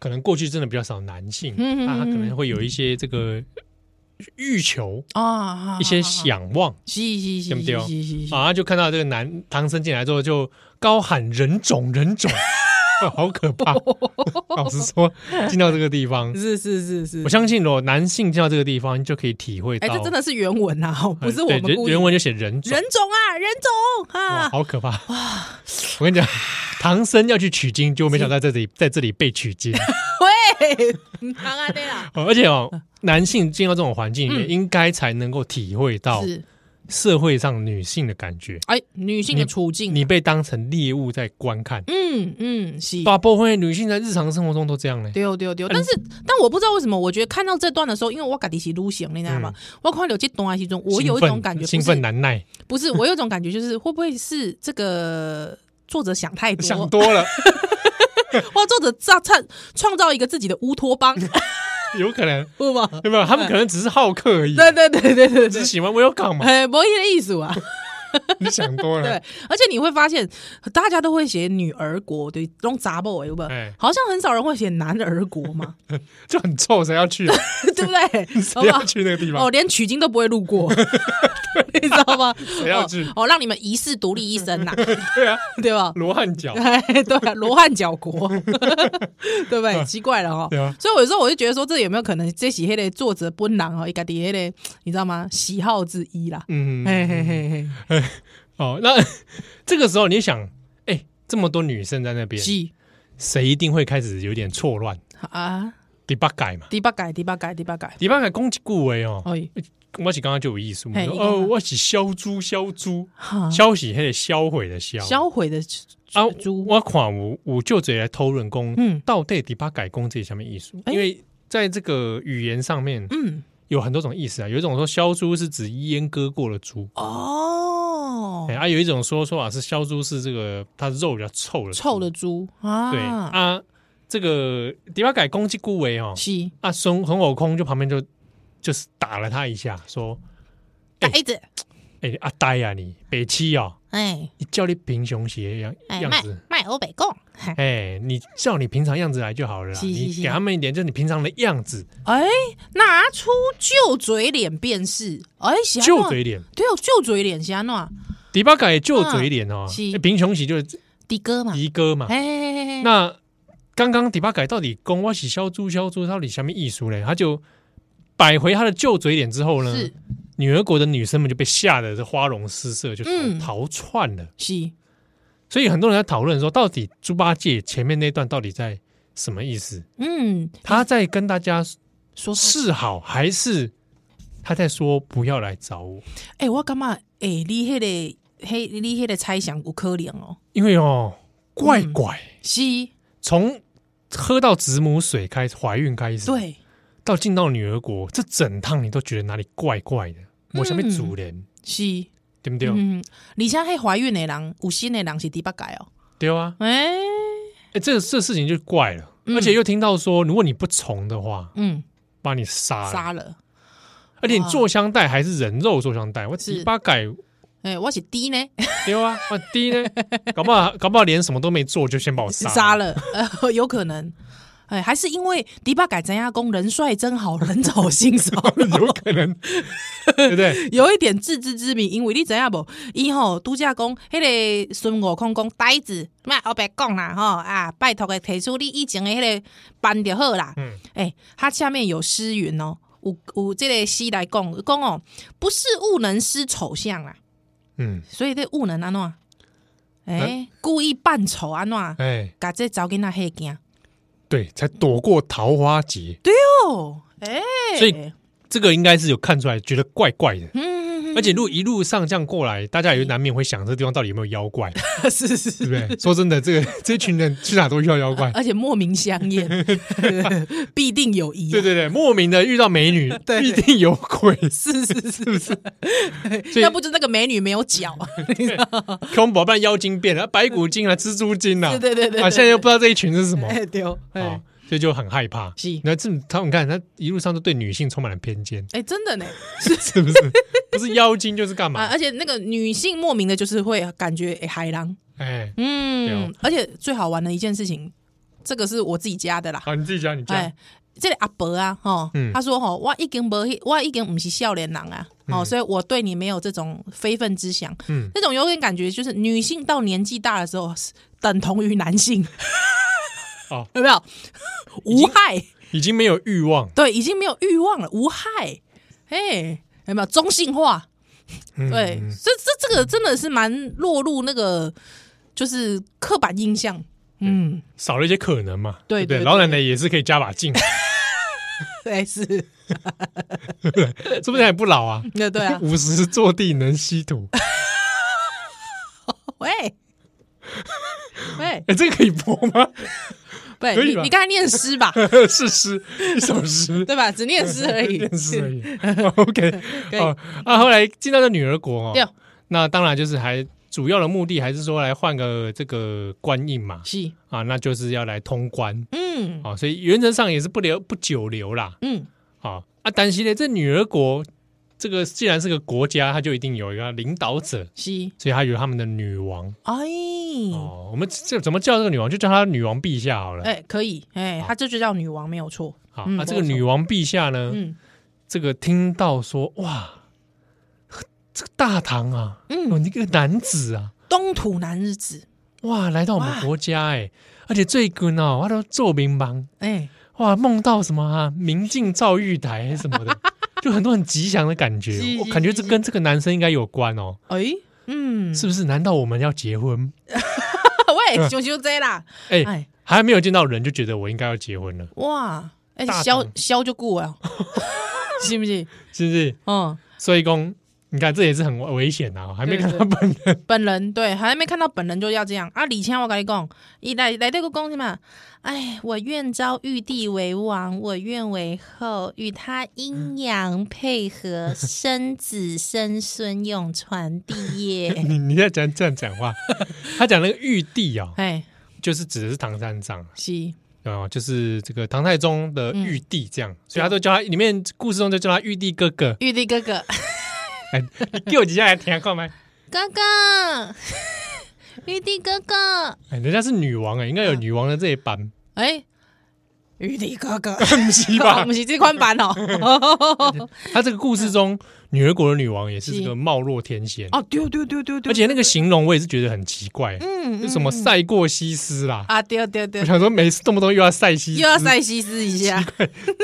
[SPEAKER 1] 可能过去真的比较少男性，那、
[SPEAKER 4] 嗯嗯嗯
[SPEAKER 1] 她可能会有一些这个欲求、
[SPEAKER 4] 啊，
[SPEAKER 1] 一些想望
[SPEAKER 4] 是，是是
[SPEAKER 1] 对不
[SPEAKER 4] 是
[SPEAKER 1] 对
[SPEAKER 4] 是是是，
[SPEAKER 1] 啊，就看到这个男唐僧进来之后，就高喊人种人种， (laughs) 哦好可
[SPEAKER 4] (laughs)
[SPEAKER 1] 怕！老实说，进到这个地方，
[SPEAKER 4] 是是是是
[SPEAKER 1] 我，相信如果男性进到这个地方，你就可以体会
[SPEAKER 4] 哎，
[SPEAKER 1] 到，
[SPEAKER 4] 这真的是原文啊，哦不是我
[SPEAKER 1] 哎对
[SPEAKER 4] 们
[SPEAKER 1] 原
[SPEAKER 4] 故意
[SPEAKER 1] 原文就写人种
[SPEAKER 4] 人。种啊，人种
[SPEAKER 1] 哇，
[SPEAKER 4] 啊，
[SPEAKER 1] 好可怕！我跟你讲，唐僧要去取经，结果没想到在这里在这里被取经，
[SPEAKER 4] 喂，唔通安尼啦，
[SPEAKER 1] 哦而且哦，男性进到这种环境，也应该才能够体会到
[SPEAKER 4] 嗯是
[SPEAKER 1] 社会上女性的感觉，
[SPEAKER 4] 哎，女性的处境，
[SPEAKER 1] 你被当成猎物在观看。
[SPEAKER 4] 嗯嗯是。
[SPEAKER 1] 大部分的女性在日常生活中都这样呢。
[SPEAKER 4] 对哦对哦对哦，但是但我不知道为什么，我觉得看到这段的时候，因为我感觉是撸行，你知道吗？我看到这段的时候，我有
[SPEAKER 1] 兴
[SPEAKER 4] 一
[SPEAKER 1] 奋
[SPEAKER 4] 种感觉，
[SPEAKER 1] 嗯兴
[SPEAKER 4] 不是
[SPEAKER 1] 奋难耐，
[SPEAKER 4] 不是，我有一种感觉，就是会不会是这个作者想太多，
[SPEAKER 1] 想多
[SPEAKER 4] (laughs)
[SPEAKER 1] 了，
[SPEAKER 4] 或作者造创创造一个自己的乌
[SPEAKER 1] (laughs)
[SPEAKER 4] 托邦，
[SPEAKER 1] 有可能 (laughs)
[SPEAKER 4] 不吗？
[SPEAKER 1] 有没有？他们可能只是好客而已，
[SPEAKER 4] 对对对对对
[SPEAKER 1] 只
[SPEAKER 4] 对
[SPEAKER 1] 是，喜欢 welcome
[SPEAKER 4] (laughs)
[SPEAKER 1] 嘛。
[SPEAKER 4] 哎，博弈的艺术啊，
[SPEAKER 1] 你想多
[SPEAKER 4] 对
[SPEAKER 1] 了，，
[SPEAKER 4] 而且你会发现，大家都会写女儿国，对，用杂报有没有
[SPEAKER 1] 哎？
[SPEAKER 4] 好像很少人会写男儿
[SPEAKER 1] (laughs)
[SPEAKER 4] 国嘛，
[SPEAKER 1] 就很臭，谁要去
[SPEAKER 4] (laughs)
[SPEAKER 1] 啊？ (laughs)
[SPEAKER 4] 对不对？好
[SPEAKER 1] 谁
[SPEAKER 4] 不好
[SPEAKER 1] 要去那个地
[SPEAKER 4] 哦，
[SPEAKER 1] 方？
[SPEAKER 4] 连取经都不会路过， (laughs) 你知道吗？
[SPEAKER 1] 谁要去
[SPEAKER 4] 哦哦，让你们疑似独立一生呐、
[SPEAKER 1] (laughs) 对啊，
[SPEAKER 4] (laughs) 对吧？
[SPEAKER 1] 罗汉脚，
[SPEAKER 4] 哎，对啊，罗汉脚国， (laughs) 对不对？奇怪了哦。
[SPEAKER 1] 对啊，
[SPEAKER 4] 所以我有时候我就觉得说，这有没有可能这喜黑的作者本人哦，一个底黑的，你知道吗？喜好之一啦。
[SPEAKER 1] 嗯，
[SPEAKER 4] 嘿嘿嘿嘿，
[SPEAKER 1] 哦，那 (laughs) 这个时候你想，哎，这么多女生在那边，
[SPEAKER 4] 是
[SPEAKER 1] 谁一定会开始有点错乱？
[SPEAKER 4] 啊，
[SPEAKER 1] 第八改嘛，
[SPEAKER 4] 第八改，第八改，第八改。
[SPEAKER 1] 第八改攻击顾维哦，
[SPEAKER 4] 哎，
[SPEAKER 1] 我是刚刚就有意思，我
[SPEAKER 4] 嘿
[SPEAKER 1] 说
[SPEAKER 4] 你讲啊
[SPEAKER 1] 哦，我是消猪消猪，
[SPEAKER 4] 哈
[SPEAKER 1] 消息还得销毁的销
[SPEAKER 4] 销毁的
[SPEAKER 1] 啊
[SPEAKER 4] 猪，
[SPEAKER 1] 我看有有就直来偷人工，
[SPEAKER 4] 嗯
[SPEAKER 1] 到底第八改工这下面意思，
[SPEAKER 4] 哎
[SPEAKER 1] 因为在这个语言上面
[SPEAKER 4] 嗯，
[SPEAKER 1] 有很多种意思啊，有一种说削猪是指阉割过的猪，
[SPEAKER 4] 哦
[SPEAKER 1] 哎，，啊，有一种说说法是削猪是这个它肉比较臭的猪
[SPEAKER 4] 臭的，猪啊，
[SPEAKER 1] 对啊，这个第八改攻击顾维哦，
[SPEAKER 4] 是
[SPEAKER 1] 啊孙孙悟空就旁边就就是打了他一下，说
[SPEAKER 4] 呆子，
[SPEAKER 1] 哎阿呆啊你北七哦，
[SPEAKER 4] 哎
[SPEAKER 1] 你叫你贫穷鞋样
[SPEAKER 4] 哎，
[SPEAKER 1] 样
[SPEAKER 4] 卖
[SPEAKER 1] 子。
[SPEAKER 4] 卖欧北贡，
[SPEAKER 1] 哎，你照你平常样子来就好了啦。
[SPEAKER 4] 是是
[SPEAKER 1] 你
[SPEAKER 4] 是
[SPEAKER 1] 给他们一点，就是你平常的样子，
[SPEAKER 4] 哎，拿出旧嘴脸便是。哎，是安怎
[SPEAKER 1] 就嘴脸。
[SPEAKER 4] 对哦，旧嘴脸是安怎？
[SPEAKER 1] 迪巴改就嘴脸哦
[SPEAKER 4] 嗯是，
[SPEAKER 1] 哎贫穷喜就是
[SPEAKER 4] 的哥嘛，
[SPEAKER 1] 迪哥嘛。
[SPEAKER 4] 哎嘿嘿嘿
[SPEAKER 1] 那刚刚迪巴改到底公我喜消猪消猪到底什么艺术嘞？他就摆回他的旧嘴脸之后呢，
[SPEAKER 4] 是
[SPEAKER 1] 女儿国的女生们就被吓得是花容失色，就逃
[SPEAKER 4] 嗯
[SPEAKER 1] 逃窜了。
[SPEAKER 4] 是
[SPEAKER 1] 所以很多人在讨论说，到底猪八戒前面那段到底在什么意思？
[SPEAKER 4] 嗯，
[SPEAKER 1] 他在跟大家
[SPEAKER 4] 说
[SPEAKER 1] 示好，还是他在说不要来找我？
[SPEAKER 4] 哎，我感觉哎，你迄个嘿，你迄个猜想有可能哦，
[SPEAKER 1] 因为哦，怪怪
[SPEAKER 4] 是，
[SPEAKER 1] 从喝到子母水开始，怀孕开始，，
[SPEAKER 4] 对，
[SPEAKER 1] 到进到女儿国，这整趟你都觉得哪里怪怪的，我下面主人
[SPEAKER 4] 是，
[SPEAKER 1] 对不对？
[SPEAKER 4] 嗯，而且迄怀孕的人，有新的人是第八改哦，
[SPEAKER 1] 对啊，
[SPEAKER 4] 哎，
[SPEAKER 1] 哎，这这事情就怪了，而且又听到说，如果你不从的话，
[SPEAKER 4] 嗯，
[SPEAKER 1] 把你杀了，
[SPEAKER 4] 杀了，
[SPEAKER 1] 而且你做香袋还是人肉做香袋，我
[SPEAKER 4] 是
[SPEAKER 1] 第八改
[SPEAKER 4] 哎，我是 D 呢，
[SPEAKER 1] 对啊，我第一呢，搞不好搞不好连什么都没做就先把我杀
[SPEAKER 4] 哦杀了， (laughs) 呃，有可能。哎，还是因为迪巴改怎样公人帅真好 (laughs) 人走心少，
[SPEAKER 1] (laughs) 有可能，对不对？
[SPEAKER 4] 有一点自知之明，因为你知影无？伊吼度假讲，迄、个孙悟空讲呆子，莫后白讲啦吼啊！拜托诶，提出你以前的迄个班就好啦。
[SPEAKER 1] 嗯
[SPEAKER 4] 嗯，诶、他下面有诗云哦，有有即个诗来讲讲哦，不是物能失丑相啦，
[SPEAKER 1] 嗯，
[SPEAKER 4] 所以这物能安怎？诶、
[SPEAKER 1] 嗯
[SPEAKER 4] 故意扮丑安怎？
[SPEAKER 1] 哎，
[SPEAKER 4] 甲这查某囡仔吓惊
[SPEAKER 1] 对，才躲过桃花劫。
[SPEAKER 4] 哦，诶、
[SPEAKER 1] 所以这个应该是有看出来，觉得怪怪的。
[SPEAKER 4] 嗯，
[SPEAKER 1] 而且路一路上这样过来，大家也难免会想，这地方到底有没有妖
[SPEAKER 4] (laughs)
[SPEAKER 1] 怪， (laughs)
[SPEAKER 4] 是是是
[SPEAKER 1] 对不对？说真的，这个 (laughs) 这群人去哪都遇到妖怪。
[SPEAKER 4] 而且莫名相
[SPEAKER 1] (laughs)
[SPEAKER 4] 厌，必定 (laughs) 有疑、啊。
[SPEAKER 1] 对对对，莫名的遇到美女，
[SPEAKER 4] (laughs) 对
[SPEAKER 1] 必定有鬼，
[SPEAKER 4] 是是是
[SPEAKER 1] 是不是？所以
[SPEAKER 4] 要不就那个美女没有
[SPEAKER 1] (laughs)
[SPEAKER 4] 脚，
[SPEAKER 1] 恐怖，不然妖精变了，白骨精啊，蜘蛛精啊，
[SPEAKER 4] 对对对对对
[SPEAKER 1] 啊，现在又不知道这一群是什么
[SPEAKER 4] 哎丢
[SPEAKER 1] 啊
[SPEAKER 4] 哎，
[SPEAKER 1] 所以就很害怕。
[SPEAKER 4] 是
[SPEAKER 1] 那这他们看他一路上都对女性充满了偏
[SPEAKER 4] (laughs)
[SPEAKER 1] 见，
[SPEAKER 4] 哎真的呢
[SPEAKER 1] 是不是？不是妖精就是干
[SPEAKER 4] 啊！
[SPEAKER 1] 嘛？
[SPEAKER 4] 而且那个女性莫名的就是会感觉哎海浪，
[SPEAKER 1] 哎，对哦
[SPEAKER 4] 嗯，而且最好玩的一件事情，这个是我自己家的啦，
[SPEAKER 1] 哦好，你自己讲，你讲
[SPEAKER 4] 哎。，这个阿伯啊，哦
[SPEAKER 1] 嗯，
[SPEAKER 4] 他说哦，我已经不，我已经不是笑脸郎啊，哦，所以我对你没有这种非分之想，
[SPEAKER 1] 嗯
[SPEAKER 4] 那种有点感觉就是女性到年纪大的时候，是等同于男性，
[SPEAKER 1] (laughs) 哦，
[SPEAKER 4] 有没有无害？
[SPEAKER 1] 已经没有欲望，
[SPEAKER 4] 对，已经没有欲望了，无害，哎，有没有中性化？
[SPEAKER 1] 嗯
[SPEAKER 4] 对，
[SPEAKER 1] 嗯
[SPEAKER 4] 这这这个真的是蛮落入那个就是刻板印象，嗯，
[SPEAKER 1] 少了一些可能嘛，
[SPEAKER 4] 对
[SPEAKER 1] 不对，
[SPEAKER 4] 对对 (laughs)
[SPEAKER 1] 老奶奶也是可以加把劲，
[SPEAKER 4] 对，是
[SPEAKER 1] 说不定还不老啊，，
[SPEAKER 4] 对对啊
[SPEAKER 1] 五十坐地能吸土。
[SPEAKER 4] (laughs) 喂 (laughs) 喂
[SPEAKER 1] 哎，这个可以播吗？ (laughs)
[SPEAKER 4] 喂，
[SPEAKER 1] 可以
[SPEAKER 4] 你
[SPEAKER 1] 吧
[SPEAKER 4] 你刚才念
[SPEAKER 1] (laughs)
[SPEAKER 4] 诗吧，
[SPEAKER 1] 是诗，一首诗。
[SPEAKER 4] (laughs) 对吧？只念诗而已，
[SPEAKER 1] 电视而已。OK，
[SPEAKER 4] (laughs)
[SPEAKER 1] (laughs)
[SPEAKER 4] 可以
[SPEAKER 1] 哦啊，后来进到了女儿国
[SPEAKER 4] 对
[SPEAKER 1] 哦，那当然就是还主要的目的还是说来换个这个官印嘛，
[SPEAKER 4] 是，
[SPEAKER 1] 啊，那就是要来通关
[SPEAKER 4] 嗯
[SPEAKER 1] 啊，所以原则上也是不留不久留啦，
[SPEAKER 4] 嗯，
[SPEAKER 1] 啊啊，但是呢，这女儿国这个既然是个国家，它就一定有一个领导者，
[SPEAKER 4] 是，
[SPEAKER 1] 所以它有他们的女王
[SPEAKER 4] 哎，
[SPEAKER 1] 哦，我们这怎么叫这个女王？就叫她女王陛下好了。
[SPEAKER 4] 哎，可以，哎，她这就叫女王，没有错，
[SPEAKER 1] 好
[SPEAKER 4] 嗯
[SPEAKER 1] 啊，这
[SPEAKER 4] 没
[SPEAKER 1] 个
[SPEAKER 4] 有错
[SPEAKER 1] 女王陛下呢，
[SPEAKER 4] 嗯
[SPEAKER 1] 这个听到说哇，这个大唐啊，有
[SPEAKER 4] 嗯，
[SPEAKER 1] 一个男子啊，
[SPEAKER 4] 东土男日子，
[SPEAKER 1] 哇，来到我们
[SPEAKER 4] 哇
[SPEAKER 1] 国家哎、而且最近哦，我都做民忙
[SPEAKER 4] 哎，
[SPEAKER 1] 哇，梦到什么啊，明镜照玉台还是什么
[SPEAKER 4] (laughs)
[SPEAKER 1] 的，就很多很吉祥的感觉
[SPEAKER 4] 是 (laughs) 是，
[SPEAKER 1] 我感觉
[SPEAKER 4] 是
[SPEAKER 1] 这
[SPEAKER 4] 是
[SPEAKER 1] 跟这个男生应该有关哦，
[SPEAKER 4] 哎，嗯，
[SPEAKER 1] 是不是？难道我们要结婚？
[SPEAKER 4] (laughs) 喂，熊熊 Z 啦，
[SPEAKER 1] 哎、
[SPEAKER 4] 哎，
[SPEAKER 1] 还没有见到人就觉得我应该要结婚了，
[SPEAKER 4] 哇，哎，
[SPEAKER 1] 大
[SPEAKER 4] 消
[SPEAKER 1] 胆
[SPEAKER 4] 消就过
[SPEAKER 1] (laughs)
[SPEAKER 4] 了，信不信？
[SPEAKER 1] 是不是？
[SPEAKER 4] 嗯，
[SPEAKER 1] 所以公，你看这也是很危险啊，还没
[SPEAKER 4] 对
[SPEAKER 1] 看到本人，
[SPEAKER 4] 本人对，还没看到本人就要这样啊！李谦，我跟你讲，一来来这个公什么？哎，我愿招玉帝为王，我愿为后，与他阴阳配合，生子生孙，用传递 (laughs) 耶。
[SPEAKER 1] 你你在讲这样讲话， (laughs) 他讲那个玉帝啊、
[SPEAKER 4] 哎，
[SPEAKER 1] 就是指的是唐三藏。
[SPEAKER 4] 是，。
[SPEAKER 1] 啊、就是这个唐太宗的玉帝这样，所以他都叫他里面故事中就叫他玉帝哥哥
[SPEAKER 4] (laughs) 玉帝哥哥，
[SPEAKER 1] 哎，你给我几下来听看麦？
[SPEAKER 2] 哥
[SPEAKER 4] 哎
[SPEAKER 2] 哥，玉帝哥哥，
[SPEAKER 1] 哎，人家是女王哎，应该有
[SPEAKER 4] 嗯
[SPEAKER 1] 女王的这一
[SPEAKER 4] (laughs)
[SPEAKER 1] 版，
[SPEAKER 4] 哎，玉帝哥 (laughs) 哥，
[SPEAKER 1] 不是吧
[SPEAKER 4] 我们？是这款版 (laughs) 哦。
[SPEAKER 1] 他这个故事中，女儿国的女王也是
[SPEAKER 4] 是
[SPEAKER 1] 这个貌若天仙，
[SPEAKER 4] 哦，丢丢丢丢丢，
[SPEAKER 1] 而且那个形容我也是觉得很奇怪，
[SPEAKER 4] 嗯
[SPEAKER 1] 就什么赛过西施啦。
[SPEAKER 4] 啊，丢丢丢
[SPEAKER 1] 我，想说，每次动不动又要赛西施，
[SPEAKER 4] 又要再西施一下。。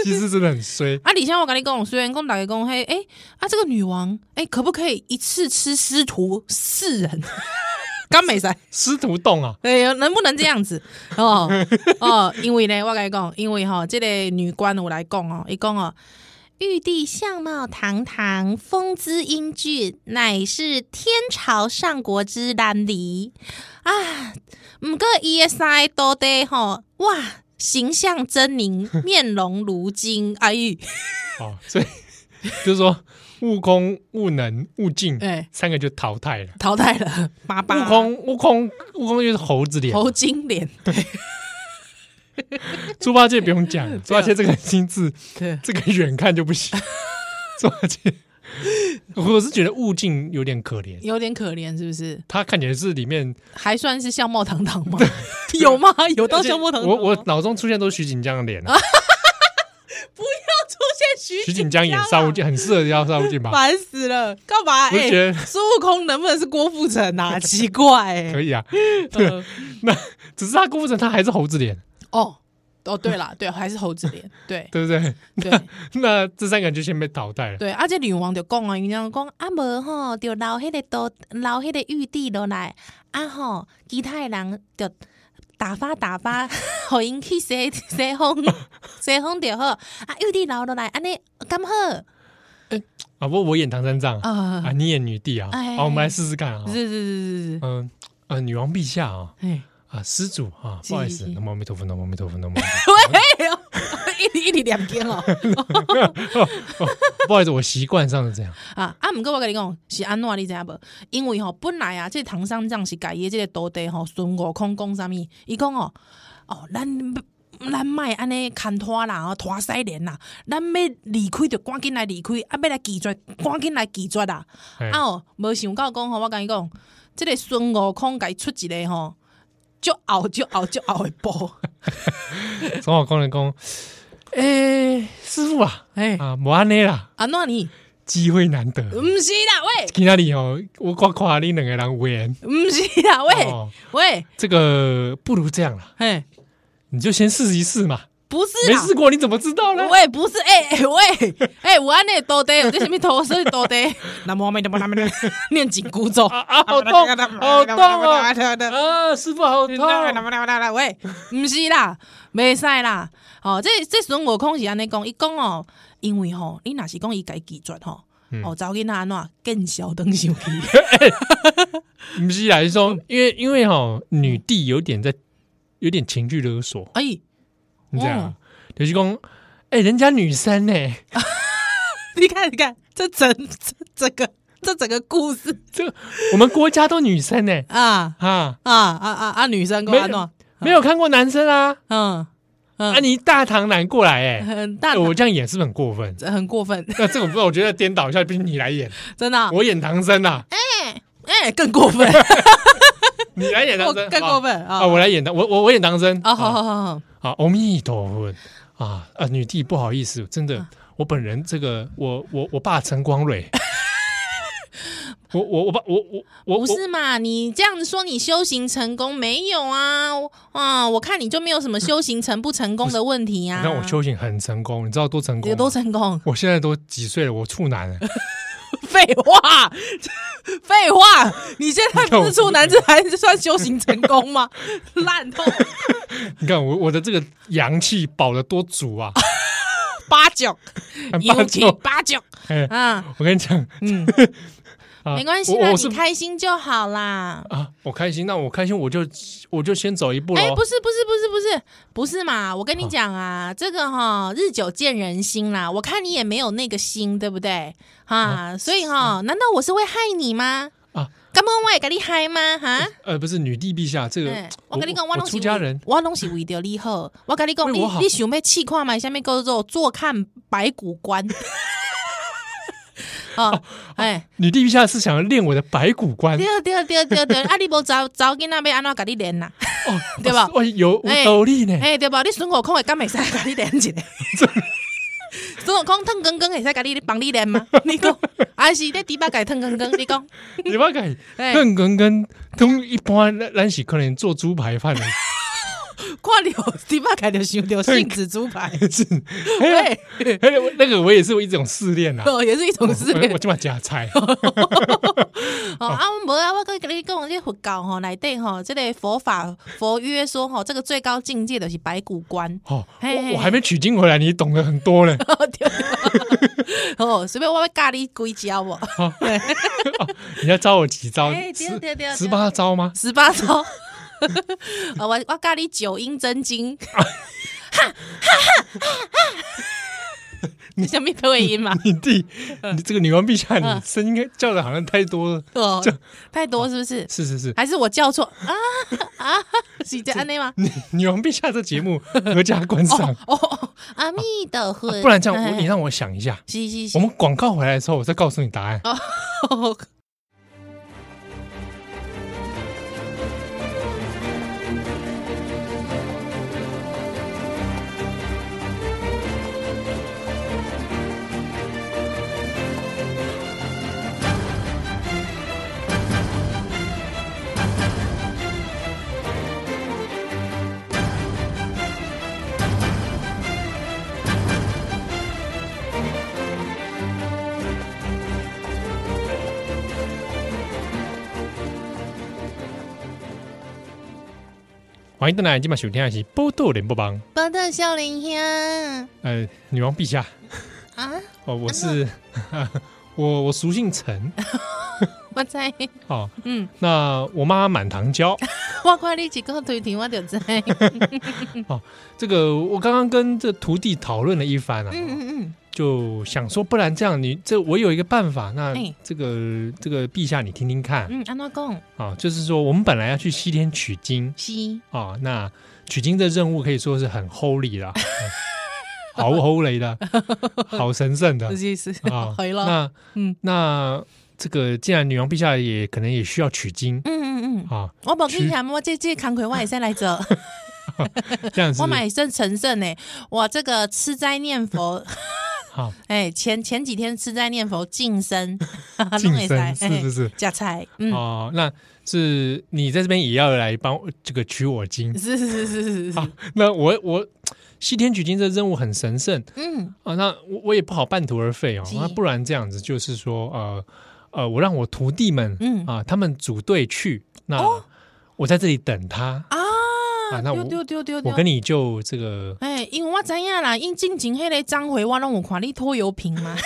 [SPEAKER 1] 西施真的很衰
[SPEAKER 4] 啊，李先我跟你讲，虽然讲大家讲嘿，哎、啊，这个女王，哎、可不可以一次吃师徒四人？ (laughs) 刚没噻，
[SPEAKER 1] 师徒洞啊，
[SPEAKER 4] 哎呦，能不能这样子？哦哦，因为呢，我跟你讲，因为哈、这个女官我来讲哦，伊讲哦，
[SPEAKER 2] 玉帝相貌堂堂，风姿英俊，乃是天朝上国之难离啊！
[SPEAKER 4] 唔过伊的三个多得吼，哇，形象狰狞，面容如金，哎呦，
[SPEAKER 1] 哦，所以就是说，悟空、悟能、悟净，
[SPEAKER 4] 哎
[SPEAKER 1] 三个就淘汰了。
[SPEAKER 4] 淘汰了，妈
[SPEAKER 1] 悟
[SPEAKER 4] 爸，
[SPEAKER 1] 空，悟空，悟空就是猴子脸。
[SPEAKER 4] 猴精脸，
[SPEAKER 1] 猪八戒不用讲，猪八戒这个很精致，
[SPEAKER 4] 对，
[SPEAKER 1] 这个远看就不行。猪八戒，我是觉得悟净有点可怜，
[SPEAKER 4] 有点可怜，是不是？
[SPEAKER 1] 他看起来是里面
[SPEAKER 4] 还算是相貌堂堂吗？ (laughs) 有吗？有到相貌堂堂吗？
[SPEAKER 1] 我我脑中出现都是徐锦江的脸啊，
[SPEAKER 4] 不要出现徐
[SPEAKER 1] 徐锦江演沙悟净很适合要沙悟净
[SPEAKER 4] (laughs)
[SPEAKER 1] 吧？
[SPEAKER 4] 烦死了，干嘛？
[SPEAKER 1] 我就
[SPEAKER 4] 哎、
[SPEAKER 1] 觉得
[SPEAKER 4] 孙悟空能不能是郭富城啊？奇怪、
[SPEAKER 1] 可
[SPEAKER 4] 欸，
[SPEAKER 1] 以啊，
[SPEAKER 4] 呃
[SPEAKER 1] 那只是他郭富城他还是猴子脸，
[SPEAKER 4] 哦哦，对啦，对，还是猴子脸，对
[SPEAKER 1] 对不对？ (laughs)
[SPEAKER 4] 对
[SPEAKER 1] 那这三个人就先被淘汰
[SPEAKER 2] (laughs)
[SPEAKER 1] 了。
[SPEAKER 4] 对，而且女王就讲啊，女王讲，
[SPEAKER 2] 啊无吼，就留迄个都留迄个玉帝落来，啊吼，其他的人就打发打发， (laughs) 互因去西西方 (laughs) 西方就好，啊玉帝留落来，安尼刚好，
[SPEAKER 1] 啊，不过我演唐三藏
[SPEAKER 4] 啊
[SPEAKER 1] 啊，你演女帝啊，
[SPEAKER 2] 哎
[SPEAKER 1] 好，我们来试试看啊。
[SPEAKER 4] 是是是是是，
[SPEAKER 1] 嗯啊，女王陛下啊，
[SPEAKER 2] (laughs)
[SPEAKER 4] 哎，
[SPEAKER 1] 啊，施主啊，
[SPEAKER 4] 是
[SPEAKER 1] 不好意思，
[SPEAKER 4] 是
[SPEAKER 1] 南无阿弥陀佛，南无阿弥陀佛，南无阿弥陀佛。
[SPEAKER 2] (laughs)
[SPEAKER 4] 喂，一里一里两边哦，
[SPEAKER 1] (laughs) 不好意思，我习惯上是
[SPEAKER 4] (laughs)
[SPEAKER 1] 这样。
[SPEAKER 4] 啊啊，毋过我跟你讲是安怎，你知影无？因为吼、本来啊，这个唐三藏是家己的这个徒弟吼，孙悟空讲啥物？伊讲吼，哦，咱咱莫安尼牵拖啦，哦，拖西连啦，咱要离开就赶紧来离开，啊，要来拒绝，赶紧来拒绝啦。
[SPEAKER 1] 哎
[SPEAKER 4] 啊哦，无想到讲吼，我跟你讲，这个孙悟空家出一个吼，足后足后足后的步，
[SPEAKER 1] 孙悟空的讲，诶、师傅啊，
[SPEAKER 4] 哎、
[SPEAKER 1] 啊，无安尼啦，
[SPEAKER 4] 安怎呢？
[SPEAKER 1] 机会难得。
[SPEAKER 4] 毋是啦，喂，
[SPEAKER 1] 今天里哦，我夸夸你两个人有缘。
[SPEAKER 4] 毋是啦，喂、
[SPEAKER 1] 哦，
[SPEAKER 4] 喂，
[SPEAKER 1] 这个不如这样啦，
[SPEAKER 4] 嘿，
[SPEAKER 1] 你就先试一试嘛。
[SPEAKER 4] 不是啊
[SPEAKER 1] 没
[SPEAKER 4] 啦，
[SPEAKER 1] 试过你怎么知道呢？
[SPEAKER 4] 喂，不是，哎、哎喂，哎、我按那多得，我这什么头所以多得， (laughs) 那么没那么那么念紧箍咒，
[SPEAKER 1] 啊啊，好痛，好痛哦！啊，师傅好痛！
[SPEAKER 4] 喂，毋是啦，袂使啦。哦，这这孙悟空是安尼讲，伊讲哦，因为吼、你若是讲伊家拒绝吼，哦，查某囡仔安怎更小灯上 (laughs) 去，
[SPEAKER 1] 不是来说，因为因为哈，女帝有点在，有点情绪勒索，
[SPEAKER 4] 哎，
[SPEAKER 1] 你知道吗？就是讲，哎，人家女
[SPEAKER 4] (laughs)
[SPEAKER 1] 生呢，
[SPEAKER 4] 你看你看，这整这整个这整个故事
[SPEAKER 1] 这我们国家都女生呢
[SPEAKER 4] 啊
[SPEAKER 1] 啊，
[SPEAKER 4] 啊啊啊啊，女生讲安怎，
[SPEAKER 1] 没有看过男生啊，
[SPEAKER 4] 嗯嗯，
[SPEAKER 1] 啊，你大唐男过来哎，
[SPEAKER 4] 很大
[SPEAKER 1] 哎，我这样演是不是很过
[SPEAKER 4] (laughs)
[SPEAKER 1] 分？
[SPEAKER 4] 很过分，
[SPEAKER 1] 那这种不，我觉得颠倒一下，毕竟你来演，
[SPEAKER 4] 真的、
[SPEAKER 1] 我演唐僧
[SPEAKER 4] (laughs)
[SPEAKER 1] 啊，
[SPEAKER 4] 哎、更过分，
[SPEAKER 1] 你来演唐
[SPEAKER 4] 我
[SPEAKER 1] 僧，
[SPEAKER 4] 更过分啊！
[SPEAKER 1] 啊，我来演唐，我我我演唐僧
[SPEAKER 4] 啊，好好好好，
[SPEAKER 1] 啊，阿弥陀佛啊啊！女帝不好意思，真
[SPEAKER 4] 嗯
[SPEAKER 1] 的，我本人这个，我我我爸陈光
[SPEAKER 4] (laughs)
[SPEAKER 1] 蕊，我我我爸我我我
[SPEAKER 4] 不是嘛？你这样子说你修行成功没有啊？我啊，我看你就没有什么修行成不成功的问题
[SPEAKER 1] 我，(laughs) 你
[SPEAKER 4] 呀、啊。
[SPEAKER 1] 看我修行很成功，你知道多成功
[SPEAKER 4] 有
[SPEAKER 1] 吗？
[SPEAKER 4] 多成功？ (laughs)
[SPEAKER 1] 我现在都几岁了？我处男了，
[SPEAKER 4] 废话， (laughs) 废话！你现在不是处男子，还算修行成功
[SPEAKER 1] (laughs)
[SPEAKER 4] 吗？烂透
[SPEAKER 1] (laughs)
[SPEAKER 4] (laughs)
[SPEAKER 1] 你看我我的这个阳气保的多足啊！
[SPEAKER 4] 八九，
[SPEAKER 1] 很
[SPEAKER 4] 啊有
[SPEAKER 1] 霸
[SPEAKER 4] 气
[SPEAKER 1] 道
[SPEAKER 4] 八九
[SPEAKER 1] 哎
[SPEAKER 4] 啊！
[SPEAKER 1] 我跟你讲， (laughs)
[SPEAKER 4] 嗯，
[SPEAKER 1] 啊
[SPEAKER 4] 没关系
[SPEAKER 1] 我
[SPEAKER 4] 啦，
[SPEAKER 1] 我是
[SPEAKER 4] 你开心就好啦。
[SPEAKER 1] 啊，我开心，那我开心，我就我就先走一步喽。
[SPEAKER 4] 哎、不是不是不是不是不是嘛！我
[SPEAKER 1] 哦
[SPEAKER 4] 跟你讲啊，这个哈、日久见人心啦。我看你也没有那个心，对不对？哈、所以哈、难道我是会害你
[SPEAKER 1] 哦
[SPEAKER 4] 吗？
[SPEAKER 1] 嗯啊，
[SPEAKER 4] 干嘛我也跟你害吗？哈？
[SPEAKER 1] 呃，不是女帝陛下，这个
[SPEAKER 4] 哎我跟你讲，
[SPEAKER 1] 我
[SPEAKER 4] 拢是
[SPEAKER 1] 出家人
[SPEAKER 4] 为，我拢是为着你好。我跟你讲，
[SPEAKER 1] 为
[SPEAKER 4] 你
[SPEAKER 1] 我好
[SPEAKER 4] 你想要试看嘛？下面叫做坐看白骨
[SPEAKER 1] (laughs)
[SPEAKER 4] 观。哦，哎，
[SPEAKER 1] 女帝陛下是想要练我的白骨观
[SPEAKER 4] 对对对对对，啊，你无找找囡仔要安怎跟你练啊
[SPEAKER 1] (laughs)
[SPEAKER 4] 呐？
[SPEAKER 1] 哦，
[SPEAKER 4] 对吧
[SPEAKER 1] 哇，有有
[SPEAKER 4] 哎
[SPEAKER 1] 道理呢。
[SPEAKER 4] (laughs) 哎、对吧？你孙悟空会敢袂使甲你练一个？孙悟空烫光光会使甲你帮你练吗？你讲，还是你猪八戒烫光光？你讲，
[SPEAKER 1] 你把改
[SPEAKER 4] 哎
[SPEAKER 1] 更跟跟通一般咱咱是可能做猪排饭的， (laughs)
[SPEAKER 4] 看你猪八戒就想到杏子猪
[SPEAKER 1] (laughs)
[SPEAKER 4] 排，
[SPEAKER 1] 是哎呀
[SPEAKER 4] 对，
[SPEAKER 1] 哎呀我那个我也是我一种试炼啊，
[SPEAKER 4] 哦，也是一种事。
[SPEAKER 1] 我今晚加
[SPEAKER 4] (laughs)
[SPEAKER 1] 菜，
[SPEAKER 4] 哦，啊，无啊，我跟你讲，这佛教吼内底吼，这个佛法佛曰说吼，这个最高境界就是白骨观。 (laughs)
[SPEAKER 1] 哦，
[SPEAKER 4] 嘿嘿
[SPEAKER 1] 我我还没取经回来，你懂得很多
[SPEAKER 4] (laughs)
[SPEAKER 1] 嘞，
[SPEAKER 4] 哦，对对哦，随便我要教你几招哦无？
[SPEAKER 1] 你要招我几招
[SPEAKER 4] 哎？对对对对
[SPEAKER 1] 十八招吗？ (laughs)
[SPEAKER 4] 十八招。啊，我我教你九阴真经。哈哈哈哈哈！什么配音嘛？
[SPEAKER 1] 你弟，你这个女王陛下，
[SPEAKER 4] 嗯
[SPEAKER 1] 你声音叫的好像太多了，
[SPEAKER 4] 哦
[SPEAKER 1] 这，
[SPEAKER 4] 太多是不是？
[SPEAKER 1] 是是是，
[SPEAKER 4] 还是我叫错啊啊？是这样的吗？
[SPEAKER 1] 女女王陛下这节
[SPEAKER 4] (laughs)
[SPEAKER 1] 目合家观赏，啊
[SPEAKER 4] 哦哦，阿弥陀佛！
[SPEAKER 1] 不然这样，我
[SPEAKER 4] 哎
[SPEAKER 1] 你让我想一下，
[SPEAKER 4] 是是
[SPEAKER 1] 我
[SPEAKER 4] 是，
[SPEAKER 1] 们广告回来的时候，我再告诉你答案。欢迎回来，今晚收听的是《波多连播帮》，
[SPEAKER 2] 报道少年兄
[SPEAKER 1] 呃，女王陛下，
[SPEAKER 2] 啊，
[SPEAKER 1] 哦，我是 (laughs) 我我俗姓陈
[SPEAKER 2] 我知，
[SPEAKER 1] 哦，
[SPEAKER 4] (laughs) 嗯，
[SPEAKER 1] 那我妈满堂娇。
[SPEAKER 2] 我看你一个推停，我就知。
[SPEAKER 1] 这个我刚刚跟这徒弟讨论了一番啊，
[SPEAKER 4] 嗯嗯嗯，
[SPEAKER 1] 就想说，不然这样你这我有一个办法，那
[SPEAKER 4] 哎
[SPEAKER 1] 这个这个陛下你听听看
[SPEAKER 4] 嗯，安怎讲？
[SPEAKER 1] 啊，就是说我们本来要去西天取经
[SPEAKER 4] 是，
[SPEAKER 1] 啊，那取经的任务可以说是很 holy
[SPEAKER 4] (laughs)
[SPEAKER 1] 啦，嗯好 holy 的，好神圣的，
[SPEAKER 4] 是是， (laughs)，
[SPEAKER 1] 啊
[SPEAKER 4] 回了。
[SPEAKER 1] 那嗯
[SPEAKER 4] 嗯，
[SPEAKER 1] 那这个既然女王陛下也可能也需要取经
[SPEAKER 4] 嗯嗯嗯，
[SPEAKER 1] 啊，
[SPEAKER 4] 我无去嫌我这这工课我也使来做。
[SPEAKER 1] 这样子
[SPEAKER 4] 欸我买圣神圣呢，我这个吃斋念佛，
[SPEAKER 1] 好，
[SPEAKER 2] 哎，前前几天是在念佛净身，
[SPEAKER 4] 啊
[SPEAKER 1] 晋
[SPEAKER 2] 拢会
[SPEAKER 1] 升
[SPEAKER 2] 知
[SPEAKER 1] 是是是
[SPEAKER 2] 哎加菜，嗯，
[SPEAKER 1] 哦，那是你在这边也要来帮我这个取我经
[SPEAKER 4] 是是是是是是，
[SPEAKER 1] 啊？那我我西天取经这任务很神圣
[SPEAKER 2] 嗯，
[SPEAKER 1] 啊，那我我也不好半途而废哦。
[SPEAKER 2] 是
[SPEAKER 1] 那不然这样子就是说，呃呃，我让我徒弟们，
[SPEAKER 2] 嗯
[SPEAKER 1] 啊，他们组队去，那我在这里等他啊
[SPEAKER 4] 哦啊，
[SPEAKER 1] 那我
[SPEAKER 4] 丢丢丢丢
[SPEAKER 1] 我
[SPEAKER 4] 丢
[SPEAKER 1] 跟。你就这个
[SPEAKER 4] 哎、因为我知影啦，因进前迄个张回我拢有看你拖油瓶
[SPEAKER 1] (laughs)
[SPEAKER 4] 嘛，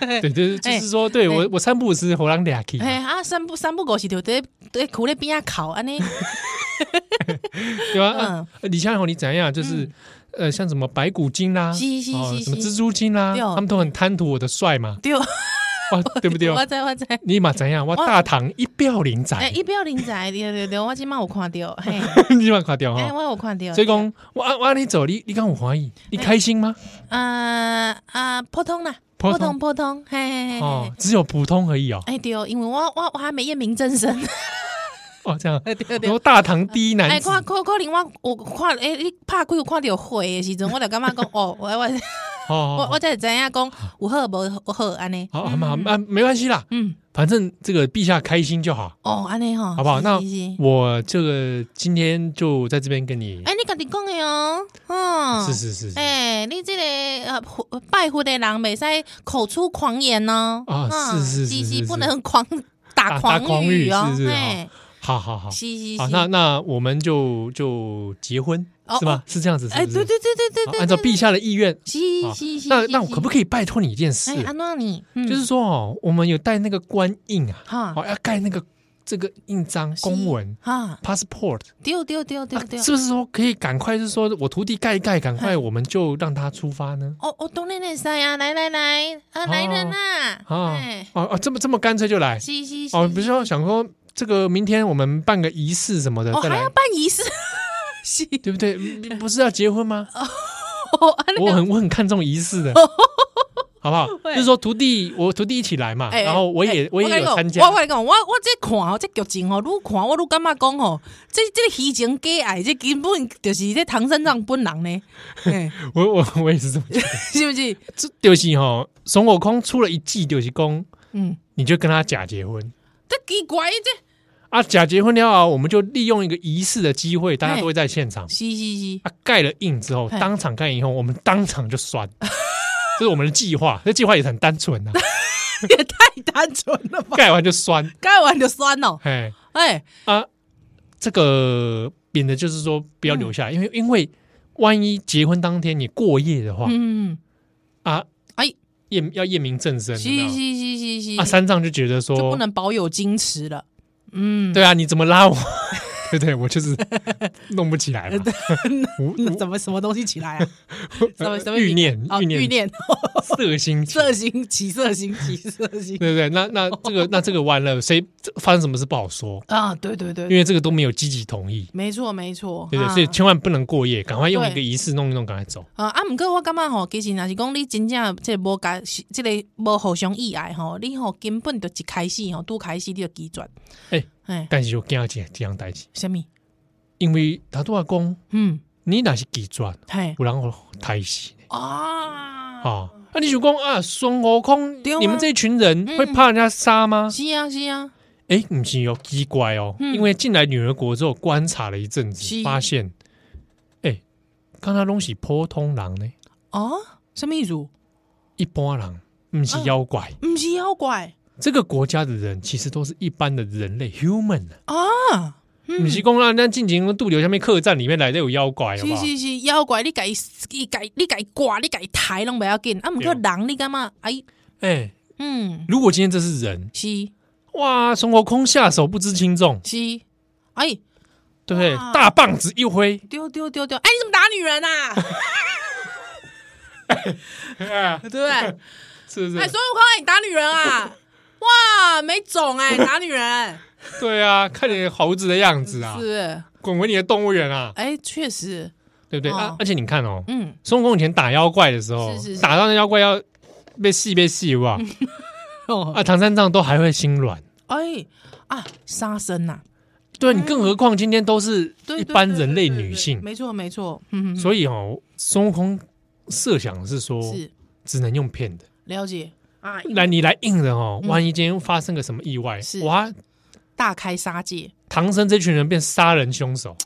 [SPEAKER 1] 对，就是就是说，对我我三不五时猴狼俩 k
[SPEAKER 4] 哎、啊三不三不五时就在在苦咧边啊哭
[SPEAKER 1] (laughs)
[SPEAKER 4] 安尼，
[SPEAKER 1] 对吧？
[SPEAKER 4] 嗯
[SPEAKER 1] 啊李佳宏，你怎样？就是呃，像什么白骨精啦，
[SPEAKER 2] 是是
[SPEAKER 1] 哦
[SPEAKER 2] 是
[SPEAKER 1] 什么
[SPEAKER 2] 是
[SPEAKER 1] 蜘蛛精啦，
[SPEAKER 4] 对哦
[SPEAKER 1] 他们都很贪图我的帅嘛，
[SPEAKER 4] 对，
[SPEAKER 1] 哇，对不对？
[SPEAKER 4] (laughs)
[SPEAKER 1] 哦
[SPEAKER 4] 我知我知，哎
[SPEAKER 1] 你嘛怎样？我大唐一彪零仔
[SPEAKER 4] 哎、，一不要零仔，对对对，我今嘛有看到，嘿，
[SPEAKER 1] (laughs) 你嘛垮掉
[SPEAKER 4] 哎、
[SPEAKER 1] 哈。
[SPEAKER 4] 我有看到，
[SPEAKER 1] 哦所以讲，我按我按你走，你你敢有怀疑？
[SPEAKER 4] 哎
[SPEAKER 1] 你开心吗？
[SPEAKER 4] 啊啊，普通啦，
[SPEAKER 1] 普
[SPEAKER 4] 普
[SPEAKER 1] 通
[SPEAKER 4] 通普通，嘿嘿嘿嘿，
[SPEAKER 1] 哦，只有普通而已哦。
[SPEAKER 4] 哎、对，因为我我我还没验明正身，
[SPEAKER 1] 哦，这样，
[SPEAKER 4] (laughs) 对
[SPEAKER 1] 然后大唐第一
[SPEAKER 4] 哎、
[SPEAKER 1] 男子，
[SPEAKER 4] 看可可能我我看，哎、你拍几有看到火的时阵，我就感觉讲，哦，我我我
[SPEAKER 1] 哦，
[SPEAKER 4] 我才嗯会知影讲有好无好安尼，
[SPEAKER 1] 好，好嘛，啊，没关系啦，
[SPEAKER 4] 嗯，
[SPEAKER 1] 反正这个陛下开心就好，
[SPEAKER 4] 哦，安尼吼，
[SPEAKER 1] 好不好？
[SPEAKER 4] 是
[SPEAKER 1] 那
[SPEAKER 4] 是是
[SPEAKER 1] 我这个今天就在这边跟你
[SPEAKER 4] 哎、，你家己讲的哦，嗯，
[SPEAKER 1] 是是是是，
[SPEAKER 4] 哎、你这个呃佛拜佛的人未使口出狂言哦，
[SPEAKER 1] 啊
[SPEAKER 4] 嗯
[SPEAKER 1] 是是是是是
[SPEAKER 4] 不能狂打
[SPEAKER 1] 打
[SPEAKER 4] 狂
[SPEAKER 1] 打狂
[SPEAKER 4] 语
[SPEAKER 1] 语
[SPEAKER 4] 哦，
[SPEAKER 1] 是是
[SPEAKER 4] 哎
[SPEAKER 1] 好好好，
[SPEAKER 4] 是是
[SPEAKER 1] 好，
[SPEAKER 4] 是，
[SPEAKER 1] 那那我们就就结婚
[SPEAKER 4] 哦
[SPEAKER 1] 是吧
[SPEAKER 4] 哦？
[SPEAKER 1] 是这样子，是
[SPEAKER 4] 哎，
[SPEAKER 1] 不
[SPEAKER 4] 对
[SPEAKER 1] 是
[SPEAKER 4] 对对对对
[SPEAKER 1] 好
[SPEAKER 4] 对，
[SPEAKER 1] 按照
[SPEAKER 4] 对
[SPEAKER 1] 陛下的意愿，
[SPEAKER 4] 是
[SPEAKER 1] 好
[SPEAKER 4] 是是，
[SPEAKER 1] 那
[SPEAKER 4] 是
[SPEAKER 1] 那我可不可以拜托你一件事
[SPEAKER 4] 哎，？安诺你，嗯
[SPEAKER 1] 就是说哦，我们有带那个官印啊，
[SPEAKER 4] 哈
[SPEAKER 1] 哦，要盖那个这个印章、公文、
[SPEAKER 4] 哈，
[SPEAKER 1] passport，
[SPEAKER 4] 丢丢丢丢
[SPEAKER 1] 啊
[SPEAKER 4] 丢，
[SPEAKER 1] 是不是说可以赶快？就是说我徒弟盖一盖，赶
[SPEAKER 4] 哎
[SPEAKER 1] 快我们就让他出发呢？
[SPEAKER 4] 哦哦，当然会使啊，来来来，啊来人呐，
[SPEAKER 1] 啊
[SPEAKER 4] 哎，
[SPEAKER 1] 哦哦，这么这么干脆就来
[SPEAKER 4] 是是是，
[SPEAKER 1] 哦，不是说想说这个明天我们办个仪式什么的
[SPEAKER 4] 哦
[SPEAKER 1] 再
[SPEAKER 4] 还
[SPEAKER 1] 来
[SPEAKER 4] 要，办仪式，是
[SPEAKER 1] 对不
[SPEAKER 4] (laughs)
[SPEAKER 1] 对？嗯不是要结婚吗？
[SPEAKER 4] 哦，安
[SPEAKER 1] 我
[SPEAKER 4] 诺，
[SPEAKER 1] 很我很看重仪式
[SPEAKER 4] (laughs)
[SPEAKER 1] 的，好不好？
[SPEAKER 4] 对
[SPEAKER 1] 就是说徒弟，我徒弟一起来嘛，
[SPEAKER 4] 哎
[SPEAKER 1] 啊然后我也
[SPEAKER 4] 哎
[SPEAKER 1] 我也
[SPEAKER 4] 跟你
[SPEAKER 1] 有
[SPEAKER 4] 讲
[SPEAKER 1] 参加
[SPEAKER 4] 我我跟你讲，我我这看哦，这剧情哦，愈看我愈感觉讲哦，这这个虚情假爱，这根本就是这唐三藏本人
[SPEAKER 1] (laughs)
[SPEAKER 4] 呢，嘿
[SPEAKER 1] 我我我也是这么觉得。 (laughs)
[SPEAKER 4] 是不是？
[SPEAKER 1] 这就是哈，孙悟空出了一计，就是公，
[SPEAKER 4] 嗯，
[SPEAKER 1] 你就跟他假结婚
[SPEAKER 4] 这奇怪这，
[SPEAKER 1] 啊，假结婚了啊，我们就利用一个仪式的机会，大家
[SPEAKER 4] 哎
[SPEAKER 1] 都会在现场
[SPEAKER 4] 是是是，
[SPEAKER 1] 啊，盖了印之后，
[SPEAKER 4] 哎
[SPEAKER 1] 当场盖印以后，我们当场就酸， (laughs) 这是我们的计划，这计划也很单纯
[SPEAKER 4] (laughs)
[SPEAKER 1] 呐，
[SPEAKER 4] 也 (laughs) 太单纯了吧？
[SPEAKER 1] 盖完就酸，
[SPEAKER 4] 盖完就酸哦，
[SPEAKER 1] 哎
[SPEAKER 4] 哎，
[SPEAKER 1] 啊，这个免得就是说不要留下来，
[SPEAKER 4] 嗯
[SPEAKER 1] 因为因为万一结婚当天你过夜的话
[SPEAKER 4] 嗯，
[SPEAKER 1] 啊，
[SPEAKER 4] 哎，
[SPEAKER 1] 验要验明正身，
[SPEAKER 4] 是
[SPEAKER 1] 有没有
[SPEAKER 4] 是是是
[SPEAKER 1] 啊，
[SPEAKER 4] 是，
[SPEAKER 1] 三藏就觉得说
[SPEAKER 4] 就不能保有矜持了，嗯，
[SPEAKER 1] 对啊，你怎么拉我？ (laughs) 对对，我就是弄不起来
[SPEAKER 4] (laughs)
[SPEAKER 1] 嘛，无
[SPEAKER 4] 那
[SPEAKER 1] 无
[SPEAKER 4] (laughs) 怎么什么东西
[SPEAKER 1] (laughs)
[SPEAKER 4] 起来啊？什么什么
[SPEAKER 1] 欲念
[SPEAKER 4] 哦，
[SPEAKER 1] 欲念
[SPEAKER 4] 欲念，
[SPEAKER 1] 色心起，
[SPEAKER 4] (laughs) 色心起色心起色心
[SPEAKER 1] 对不对？那
[SPEAKER 4] (laughs)
[SPEAKER 1] 那这个那这个完了，谁这发生什么事不好说，
[SPEAKER 4] 啊！对对对
[SPEAKER 1] 因，为这个都没有积极同意，
[SPEAKER 4] 没错没错，
[SPEAKER 1] 对不对？
[SPEAKER 4] 啊
[SPEAKER 1] 所以千万不能过夜，赶快用
[SPEAKER 4] 对
[SPEAKER 1] 一个仪式弄一弄，赶快走。
[SPEAKER 4] 啊啊，毋过我感觉吼，其实若是讲你真正即个无甲即个无互相意爱吼，你吼根本就一开始吼拄开始你就拒绝，
[SPEAKER 1] 哎
[SPEAKER 4] 哎，
[SPEAKER 1] 但是就跟他讲这样代志，
[SPEAKER 4] 什物
[SPEAKER 1] 因为他都要讲
[SPEAKER 4] 嗯，
[SPEAKER 1] 你哪是计转，
[SPEAKER 4] 嘿
[SPEAKER 1] 不然我太死
[SPEAKER 4] 啊，
[SPEAKER 1] 啊！啊，你就讲啊，孙悟空
[SPEAKER 4] 对啊，
[SPEAKER 1] 你们这群人
[SPEAKER 4] 嗯
[SPEAKER 1] 会怕人家杀吗？
[SPEAKER 4] 是啊是啊，
[SPEAKER 1] 哎，不是有奇怪哦，
[SPEAKER 4] 嗯
[SPEAKER 1] 因为进来女儿国之后观察了一阵子，
[SPEAKER 4] 是
[SPEAKER 1] 发现，哎，刚才东西普通人呢，
[SPEAKER 4] 哦，什么意思？毋
[SPEAKER 1] 一般人不是妖怪，
[SPEAKER 4] 是妖怪
[SPEAKER 1] 这个国家的人其实都是一般的人类 human，啊
[SPEAKER 4] 啊，
[SPEAKER 1] 不是公然那进行渡流下面客栈里面来都有妖怪，好不
[SPEAKER 4] 是
[SPEAKER 1] 好？
[SPEAKER 4] 是是妖怪，你家己你家你家己挂，你家己抬拢袂要紧，啊，毋过
[SPEAKER 1] 对
[SPEAKER 4] 人你感觉哎，
[SPEAKER 1] 哎，
[SPEAKER 4] 嗯，
[SPEAKER 1] 如果今天这是人，
[SPEAKER 4] 是
[SPEAKER 1] 哇，孙悟空下手不知轻重，
[SPEAKER 4] 是，哎，
[SPEAKER 1] 对不对？
[SPEAKER 4] 哇
[SPEAKER 1] 大棒子一挥，
[SPEAKER 4] 丢丢丢丢，哎，你怎么打女人啊？
[SPEAKER 1] 啊
[SPEAKER 4] 对不对？
[SPEAKER 1] (laughs) 是不
[SPEAKER 4] 哎，
[SPEAKER 1] 是？
[SPEAKER 4] 孙悟空，你打女人啊？哇，没种哎、打女人
[SPEAKER 1] 对啊，看你猴子的样子啊，
[SPEAKER 4] 是
[SPEAKER 1] 滚回你的动物园啊，
[SPEAKER 4] 哎，确实，
[SPEAKER 1] 对不对？啊
[SPEAKER 4] 哦，
[SPEAKER 1] 而且你看哦，
[SPEAKER 4] 嗯，
[SPEAKER 1] 孙悟空以前打妖怪的时候，
[SPEAKER 4] 是是是
[SPEAKER 1] 打到那妖怪要被戏被戏哇！
[SPEAKER 4] (laughs) 哦，
[SPEAKER 1] 啊，唐三藏都还会心软，
[SPEAKER 4] 哎啊，杀生呐、
[SPEAKER 1] 对你，更何况今天都是
[SPEAKER 4] 对，
[SPEAKER 1] 一
[SPEAKER 4] 对
[SPEAKER 1] 般
[SPEAKER 4] 对
[SPEAKER 1] 人
[SPEAKER 4] 对
[SPEAKER 1] 类
[SPEAKER 4] 对
[SPEAKER 1] 女
[SPEAKER 4] 对
[SPEAKER 1] 性，
[SPEAKER 4] 没错没错，嗯，
[SPEAKER 1] 所以哦，孙悟空设想是说，
[SPEAKER 4] 是
[SPEAKER 1] 只能用骗的。
[SPEAKER 4] 了解啊，
[SPEAKER 1] 来，你来硬的哦，万一今天发生个什么意外，
[SPEAKER 4] 嗯是
[SPEAKER 1] 哇，
[SPEAKER 4] 大开杀戒，
[SPEAKER 1] 唐僧这群人变杀人凶手，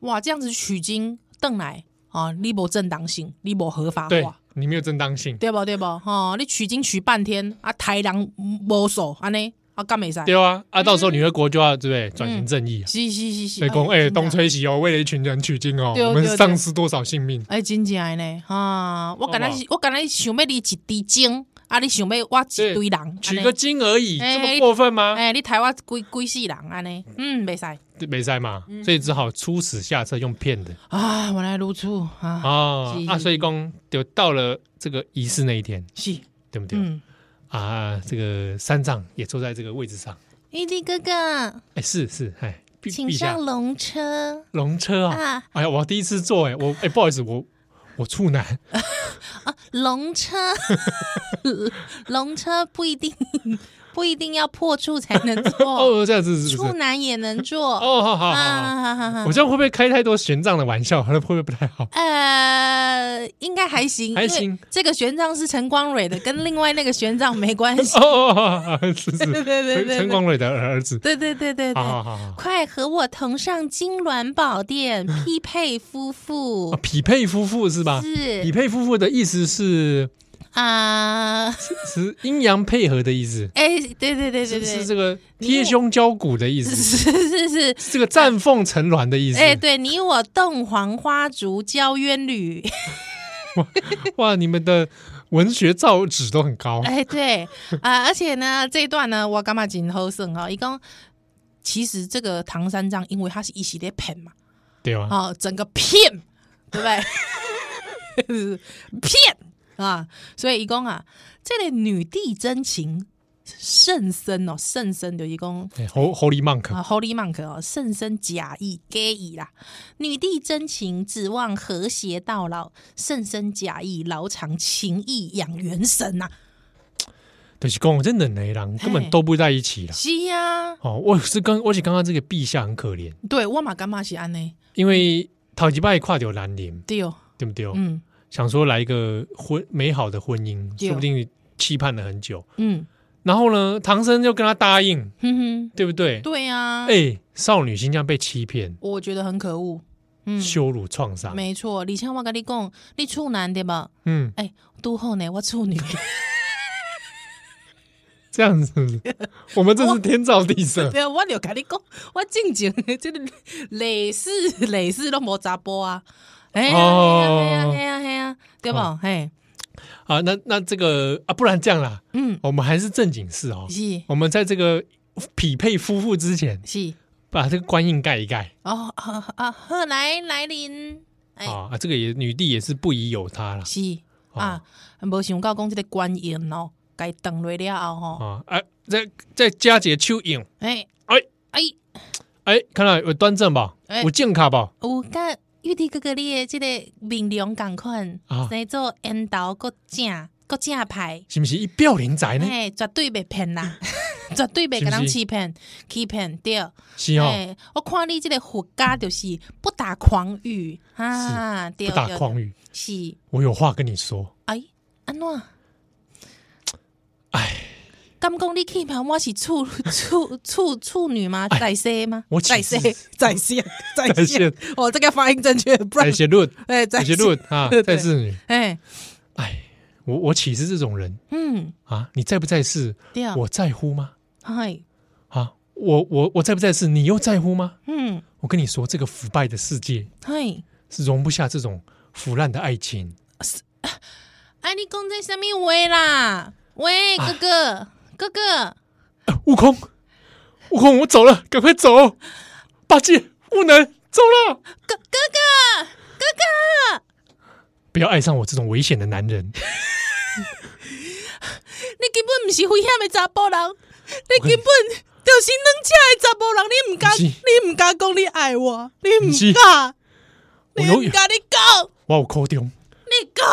[SPEAKER 4] 哇，这样子取经邓来啊，你无正当性，你无合法
[SPEAKER 1] 对
[SPEAKER 4] 化，
[SPEAKER 1] 你没有正当性，
[SPEAKER 4] 对不对不？吼、你取经取半天啊，台人无手安尼啊，干没使？
[SPEAKER 1] 对啊，啊，到时候你回国就要对不对？转型正义啊，
[SPEAKER 4] 是是是是，
[SPEAKER 1] 所以公哎，
[SPEAKER 4] 真的啊
[SPEAKER 1] 东吹西哦，为了一群人取经哦，
[SPEAKER 4] 对
[SPEAKER 1] 我
[SPEAKER 4] 对
[SPEAKER 1] 们
[SPEAKER 4] 对
[SPEAKER 1] 丧失多少性命？
[SPEAKER 4] 哎，真正的呢，啊，我刚才
[SPEAKER 1] 好不
[SPEAKER 4] 我刚才想要你一滴精，啊，你想要我一堆人，
[SPEAKER 1] 取
[SPEAKER 4] 安
[SPEAKER 1] 个
[SPEAKER 4] 尼
[SPEAKER 1] 经啊而已，
[SPEAKER 4] 哎
[SPEAKER 1] 这么过分吗？
[SPEAKER 4] 哎，你抬我几几世人安尼，嗯，袂使
[SPEAKER 1] 没塞嘛，所以只好出此下策，用骗的
[SPEAKER 4] 啊，原来如此啊，
[SPEAKER 1] 啊
[SPEAKER 4] 是
[SPEAKER 1] 啊！
[SPEAKER 4] 是
[SPEAKER 1] 所以公就到了这个仪式那一天，
[SPEAKER 4] 是，
[SPEAKER 1] 对不对？
[SPEAKER 4] 嗯，
[SPEAKER 1] 啊，这个三藏也坐在这个位置上，
[SPEAKER 2] 玉帝哥哥，
[SPEAKER 1] 哎，是是，哎，陛
[SPEAKER 2] 请
[SPEAKER 1] 陛下
[SPEAKER 2] 上龙车
[SPEAKER 1] 龙车啊，
[SPEAKER 2] 啊！
[SPEAKER 1] 哎呀，我第一次坐，哎，我哎，不好意思，我我处男，(laughs)
[SPEAKER 2] 龙车，龙车不一定 (laughs) 不一定要破处才能坐，
[SPEAKER 1] 哦，这样子是不
[SPEAKER 2] 处
[SPEAKER 1] 是？
[SPEAKER 2] 男也能坐。
[SPEAKER 1] 哦，好好好好，
[SPEAKER 2] 啊，哈哈
[SPEAKER 1] 我
[SPEAKER 2] 哈！
[SPEAKER 1] 这样会不会开太多玄奘的玩笑？会不会不太
[SPEAKER 2] (laughs)
[SPEAKER 1] 好？
[SPEAKER 2] 呃，应该还行，
[SPEAKER 1] 还
[SPEAKER 2] 因为
[SPEAKER 1] 行
[SPEAKER 2] 这个玄奘是陈光蕊的，跟另外那个玄奘没关
[SPEAKER 1] (laughs)
[SPEAKER 2] 系
[SPEAKER 1] 哦。哦哦哦，是是，
[SPEAKER 2] 对对对对对
[SPEAKER 1] 陈陈光蕊的儿子，
[SPEAKER 2] 对对对对
[SPEAKER 1] 好
[SPEAKER 2] 对，
[SPEAKER 1] 好好好。
[SPEAKER 2] 快和我同上金銮宝殿，匹配夫
[SPEAKER 1] 啊 (laughs)
[SPEAKER 2] 妇
[SPEAKER 1] 匹配夫妇是吧？匹
[SPEAKER 2] 是
[SPEAKER 1] 配夫妇的意思是
[SPEAKER 2] 啊，
[SPEAKER 1] 是阴阳配合的意思，
[SPEAKER 2] 哎，对对对对
[SPEAKER 1] 是
[SPEAKER 2] 对，
[SPEAKER 1] 是这个贴胸交骨的意思，
[SPEAKER 2] (laughs) 是是是，
[SPEAKER 1] 是这个绽放成鸾的意思。
[SPEAKER 2] 哎，对你我洞房花烛交鸳侣。
[SPEAKER 1] 哇，你们的文学造诣都很高。
[SPEAKER 2] (laughs) 哎，对啊、而且呢，这一段呢，我干嘛紧后胜哈？一共哦其实这个唐三藏，因为他是一系列骗嘛，
[SPEAKER 1] 对吧？
[SPEAKER 4] 哦，整个骗，对不对？ (laughs) 骗啊！所以伊讲啊，这个女帝真情甚深哦，甚深就伊讲
[SPEAKER 1] 哎 Ho-，Holy Monk，
[SPEAKER 4] 啊，Holy Monk 哦，
[SPEAKER 2] 哦，甚深假意给意啦，女帝真情指望和谐到老，甚深假意劳长情义养元神呐、
[SPEAKER 4] 啊
[SPEAKER 1] 就是讲真的，那人根本都不在一起了。
[SPEAKER 4] 是呀、啊，
[SPEAKER 1] 哦，我是刚，而且刚刚这个陛下很可怜，
[SPEAKER 4] 对我嘛干嘛是安尼？
[SPEAKER 1] 因
[SPEAKER 2] 嗯
[SPEAKER 1] 为讨吉拜跨掉兰陵，
[SPEAKER 4] 对哦，
[SPEAKER 1] 对不对？
[SPEAKER 4] 嗯
[SPEAKER 1] 想说来一个婚美好的婚姻，
[SPEAKER 4] 对
[SPEAKER 1] 说不定期盼了很久。
[SPEAKER 4] 嗯，
[SPEAKER 1] 然后呢，唐僧就跟他答应，
[SPEAKER 4] 哼哼，
[SPEAKER 1] 对不对？
[SPEAKER 4] 对呀、啊，
[SPEAKER 1] 哎、少女心这样被欺骗、
[SPEAKER 4] 我觉得很可恶，嗯，
[SPEAKER 1] 羞辱、创伤，
[SPEAKER 4] 没错。而且我跟你讲，你处男对吧？
[SPEAKER 1] 嗯，
[SPEAKER 4] 哎，都好呢，
[SPEAKER 1] (laughs)
[SPEAKER 4] 我处女。
[SPEAKER 1] 这样
[SPEAKER 4] (laughs)
[SPEAKER 1] 子，我们这是天造地设
[SPEAKER 4] 没有，啊我就跟你讲，我进前这个累 (laughs) 世累世都无查甫啊！哎呀，
[SPEAKER 1] 哦
[SPEAKER 4] 哎呀，哎呀，哎呀，对不？嘿，
[SPEAKER 1] 啊。那那这个啊，不然这样啦，
[SPEAKER 4] 嗯，
[SPEAKER 1] 我们还是正经事哦。
[SPEAKER 4] 是
[SPEAKER 1] 我们在这个匹配夫妇之前，
[SPEAKER 4] 是，
[SPEAKER 1] 把这个官印盖一盖
[SPEAKER 4] 哦啊啊，
[SPEAKER 2] 呵，来来临，哎
[SPEAKER 1] 啊啊，这个也女帝也是不宜有他了
[SPEAKER 4] 是
[SPEAKER 1] 啊
[SPEAKER 4] 啊，无想到讲这个观音哦，该断落了后吼，
[SPEAKER 1] 啊啊，再再加节蚯蚓，
[SPEAKER 4] 哎
[SPEAKER 1] 哎
[SPEAKER 4] 哎，
[SPEAKER 1] 哎，看到有端正吧
[SPEAKER 4] 哎，
[SPEAKER 1] 有健卡吧，
[SPEAKER 2] 有甲玉帝哥哥你的这个面容共款
[SPEAKER 1] 啊，
[SPEAKER 2] 来做引导国正国正牌，
[SPEAKER 1] 是不是？一表人才呢，
[SPEAKER 2] 哎，绝对袂骗啦， (laughs) 绝对袂
[SPEAKER 1] 嗯是
[SPEAKER 2] 给
[SPEAKER 1] 不
[SPEAKER 2] 人
[SPEAKER 1] 是
[SPEAKER 2] 欺骗，欺骗对。
[SPEAKER 1] 是哦，
[SPEAKER 2] 哎，我看你这个佛家就是不打诳语啊，对
[SPEAKER 1] 不打
[SPEAKER 2] 对
[SPEAKER 1] 诳语，
[SPEAKER 2] 是
[SPEAKER 1] 我有话跟你说，
[SPEAKER 2] 哎，安怎？哎，敢讲你去旁我是处 (laughs) 处处处女吗？
[SPEAKER 1] 哎
[SPEAKER 2] 在世吗？
[SPEAKER 1] 我
[SPEAKER 4] 在
[SPEAKER 1] 起
[SPEAKER 4] 线
[SPEAKER 1] 誓，(laughs)
[SPEAKER 4] 在线，在
[SPEAKER 1] 在线
[SPEAKER 4] 线，
[SPEAKER 2] 哦
[SPEAKER 4] 我这个发音正确，不然
[SPEAKER 1] 在写论，
[SPEAKER 4] 哎，
[SPEAKER 1] 在
[SPEAKER 4] 在
[SPEAKER 1] 写
[SPEAKER 4] 线，
[SPEAKER 1] 论
[SPEAKER 2] (laughs)
[SPEAKER 1] 啊，
[SPEAKER 4] 对
[SPEAKER 1] 在世女，
[SPEAKER 4] 哎，
[SPEAKER 1] 哎，我我岂是这种人
[SPEAKER 2] 嗯，
[SPEAKER 1] 啊？你在不在世，
[SPEAKER 2] 对，啊
[SPEAKER 1] 我在乎吗？
[SPEAKER 2] 哎，
[SPEAKER 1] 啊，我我我在不在世，你又在乎吗？
[SPEAKER 2] 嗯，
[SPEAKER 1] 我跟你说，这个腐败的世界
[SPEAKER 2] 哎，
[SPEAKER 1] 是容不下这种腐烂的爱情。 (clears throat)
[SPEAKER 2] 哎，你讲这什么话啦？喂，哥哥，哥哥，
[SPEAKER 1] 啊悟空，悟空，我走了，赶快走！八戒、悟能，走了！
[SPEAKER 2] 哥哥啊哥，
[SPEAKER 1] 不要爱上我这种危险的男人。
[SPEAKER 2] 你根本不是危险的查甫人，你根本就是两只的查甫人，你唔敢，
[SPEAKER 1] 不是
[SPEAKER 2] 你唔敢讲你爱我，你
[SPEAKER 1] 不
[SPEAKER 2] 唔
[SPEAKER 1] 是
[SPEAKER 2] 敢，
[SPEAKER 1] 我
[SPEAKER 2] 你
[SPEAKER 1] 永
[SPEAKER 2] 唔
[SPEAKER 1] 远，
[SPEAKER 2] 敢，你讲，
[SPEAKER 1] 我有苦中，
[SPEAKER 2] 你讲，